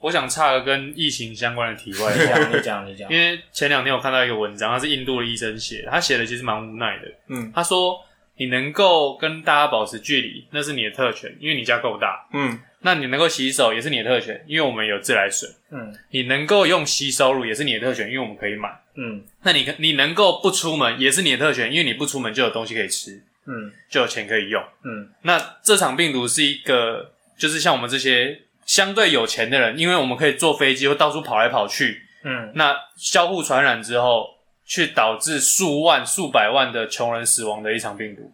[SPEAKER 1] 我想插个跟疫情相关的题外
[SPEAKER 3] 你
[SPEAKER 1] 话。
[SPEAKER 3] 讲，你讲，你讲
[SPEAKER 1] 因。为前两天我看到一个文章，他是印度的医生写的，他写的其实蛮无奈的。
[SPEAKER 4] 嗯
[SPEAKER 1] 他说：“你能够跟大家保持距离，那是你的特权，因为你家够大。
[SPEAKER 4] 嗯
[SPEAKER 1] 那你能够洗手也是你的特权，因为我们有自来水。
[SPEAKER 3] 嗯
[SPEAKER 1] 你能够用洗手乳也是你的特权，因为我们可以买。
[SPEAKER 3] 嗯
[SPEAKER 1] 那你可你能够不出门也是你的特权，因为你不出门就有东西可以吃，
[SPEAKER 3] 嗯
[SPEAKER 1] 就有钱可以用。
[SPEAKER 3] 嗯
[SPEAKER 1] 那这场病毒是一个，就是像我们这些相对有钱的人，因为我们可以坐飞机或到处跑来跑去，
[SPEAKER 3] 嗯
[SPEAKER 1] 那交互传染之后，去导致数万、数百万的穷人死亡的一场病毒。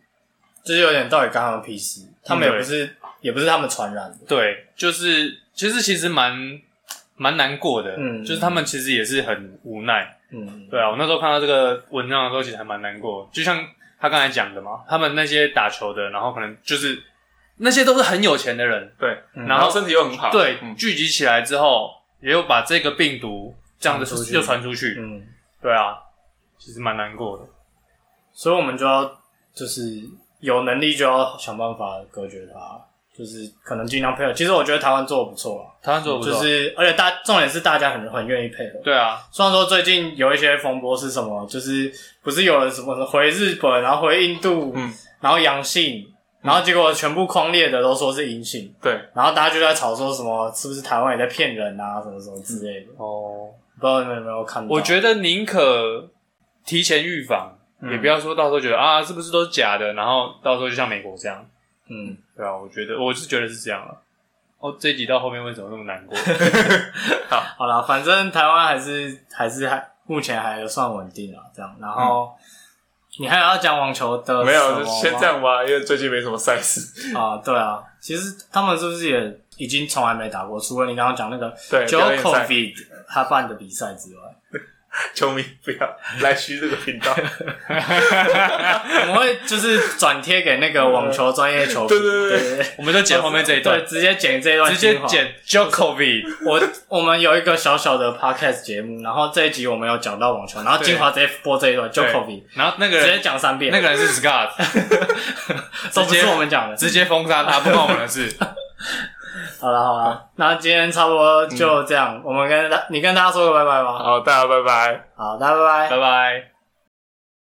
[SPEAKER 3] 就是有点到底干他们屁事，他们也不是，也不是他们传染的。
[SPEAKER 1] 对，就是其实其实蛮蛮难过的，
[SPEAKER 3] 嗯
[SPEAKER 1] 就是他们其实也是很无奈。
[SPEAKER 3] 嗯，
[SPEAKER 1] 对啊，我那时候看到这个文章的时候，其实还蛮难过。就像他刚才讲的嘛，他们那些打球的，然后可能就是那些都是很有钱的人，嗯
[SPEAKER 4] 对，
[SPEAKER 1] 然
[SPEAKER 4] 然后
[SPEAKER 1] 后
[SPEAKER 4] 身体又很好，
[SPEAKER 1] 对、
[SPEAKER 4] 嗯
[SPEAKER 1] 聚集起来之后，也有把这个病毒这样
[SPEAKER 3] 传出
[SPEAKER 1] 子
[SPEAKER 3] 去
[SPEAKER 1] 又传出去。
[SPEAKER 3] 嗯，
[SPEAKER 1] 对啊，其实蛮难过的。
[SPEAKER 3] 所以我们就要就是有能力就要想办法隔绝它，就是可能尽量配合。其实我觉得台湾做的不错啊，
[SPEAKER 1] 台湾做得不错，
[SPEAKER 3] 就是而且大重点是大家很很愿意配合。
[SPEAKER 1] 嗯对啊，
[SPEAKER 3] 虽然说最近有一些风波是什么，就是不是有人什么回日本，然后回印度，
[SPEAKER 4] 嗯
[SPEAKER 3] 然后阳性，然后结果全部框列的都说是阴性，
[SPEAKER 4] 对。
[SPEAKER 3] 然后大家就在吵说什么是不是台湾也在骗人啊，什么什么之类的。
[SPEAKER 1] 哦，
[SPEAKER 3] 不知道你们有没有看到？
[SPEAKER 1] 我觉得宁可提前预防，
[SPEAKER 3] 嗯
[SPEAKER 1] 也不要说到时候觉得啊，是不是都是假的，然后到时候就像美国这样，
[SPEAKER 3] 嗯，
[SPEAKER 1] 对啊，我觉得我是觉得是这样了。哦，这一集到后面为什么那么难过？
[SPEAKER 3] 好啦，反正台湾还是还是还目前还算稳定啊，这样。然后、
[SPEAKER 1] 嗯
[SPEAKER 3] 你还有要讲网球的
[SPEAKER 4] 没
[SPEAKER 3] 什么吗
[SPEAKER 4] 有，先这样吧，因为最近没什么赛事。
[SPEAKER 3] 啊、对啊，其实他们是不是也已经从来没打过？除了你刚刚讲那个
[SPEAKER 4] 对，表演赛
[SPEAKER 3] Jokovic 他办的比赛之外，
[SPEAKER 4] 球迷不要来虚这个频道。
[SPEAKER 3] 我们会就是转贴给那个网球专业球 迷，
[SPEAKER 4] 对对对
[SPEAKER 3] 对对，
[SPEAKER 1] 我们就剪后面这一段
[SPEAKER 3] 对，，直接剪这一段
[SPEAKER 1] 直接
[SPEAKER 3] 精华
[SPEAKER 1] 剪 Jokovic。
[SPEAKER 3] 我我们有一个小小的 podcast 节目，然后这一集我们有讲到网球，然后精华直接播这一段 Jokovic，
[SPEAKER 1] 然后那个
[SPEAKER 3] 直接
[SPEAKER 1] 人，
[SPEAKER 3] 讲三遍，
[SPEAKER 1] 那个人是 Scott，
[SPEAKER 3] 都不
[SPEAKER 1] 直
[SPEAKER 3] 是
[SPEAKER 1] 接
[SPEAKER 3] 我们讲的。
[SPEAKER 1] 直接封杀他，不关我们的 事。
[SPEAKER 3] 好了好了，那今天差不多就这样，我们跟大你跟大家说个拜拜吧。
[SPEAKER 4] 好，大家拜拜。
[SPEAKER 3] 好，大家拜拜
[SPEAKER 1] 拜。拜。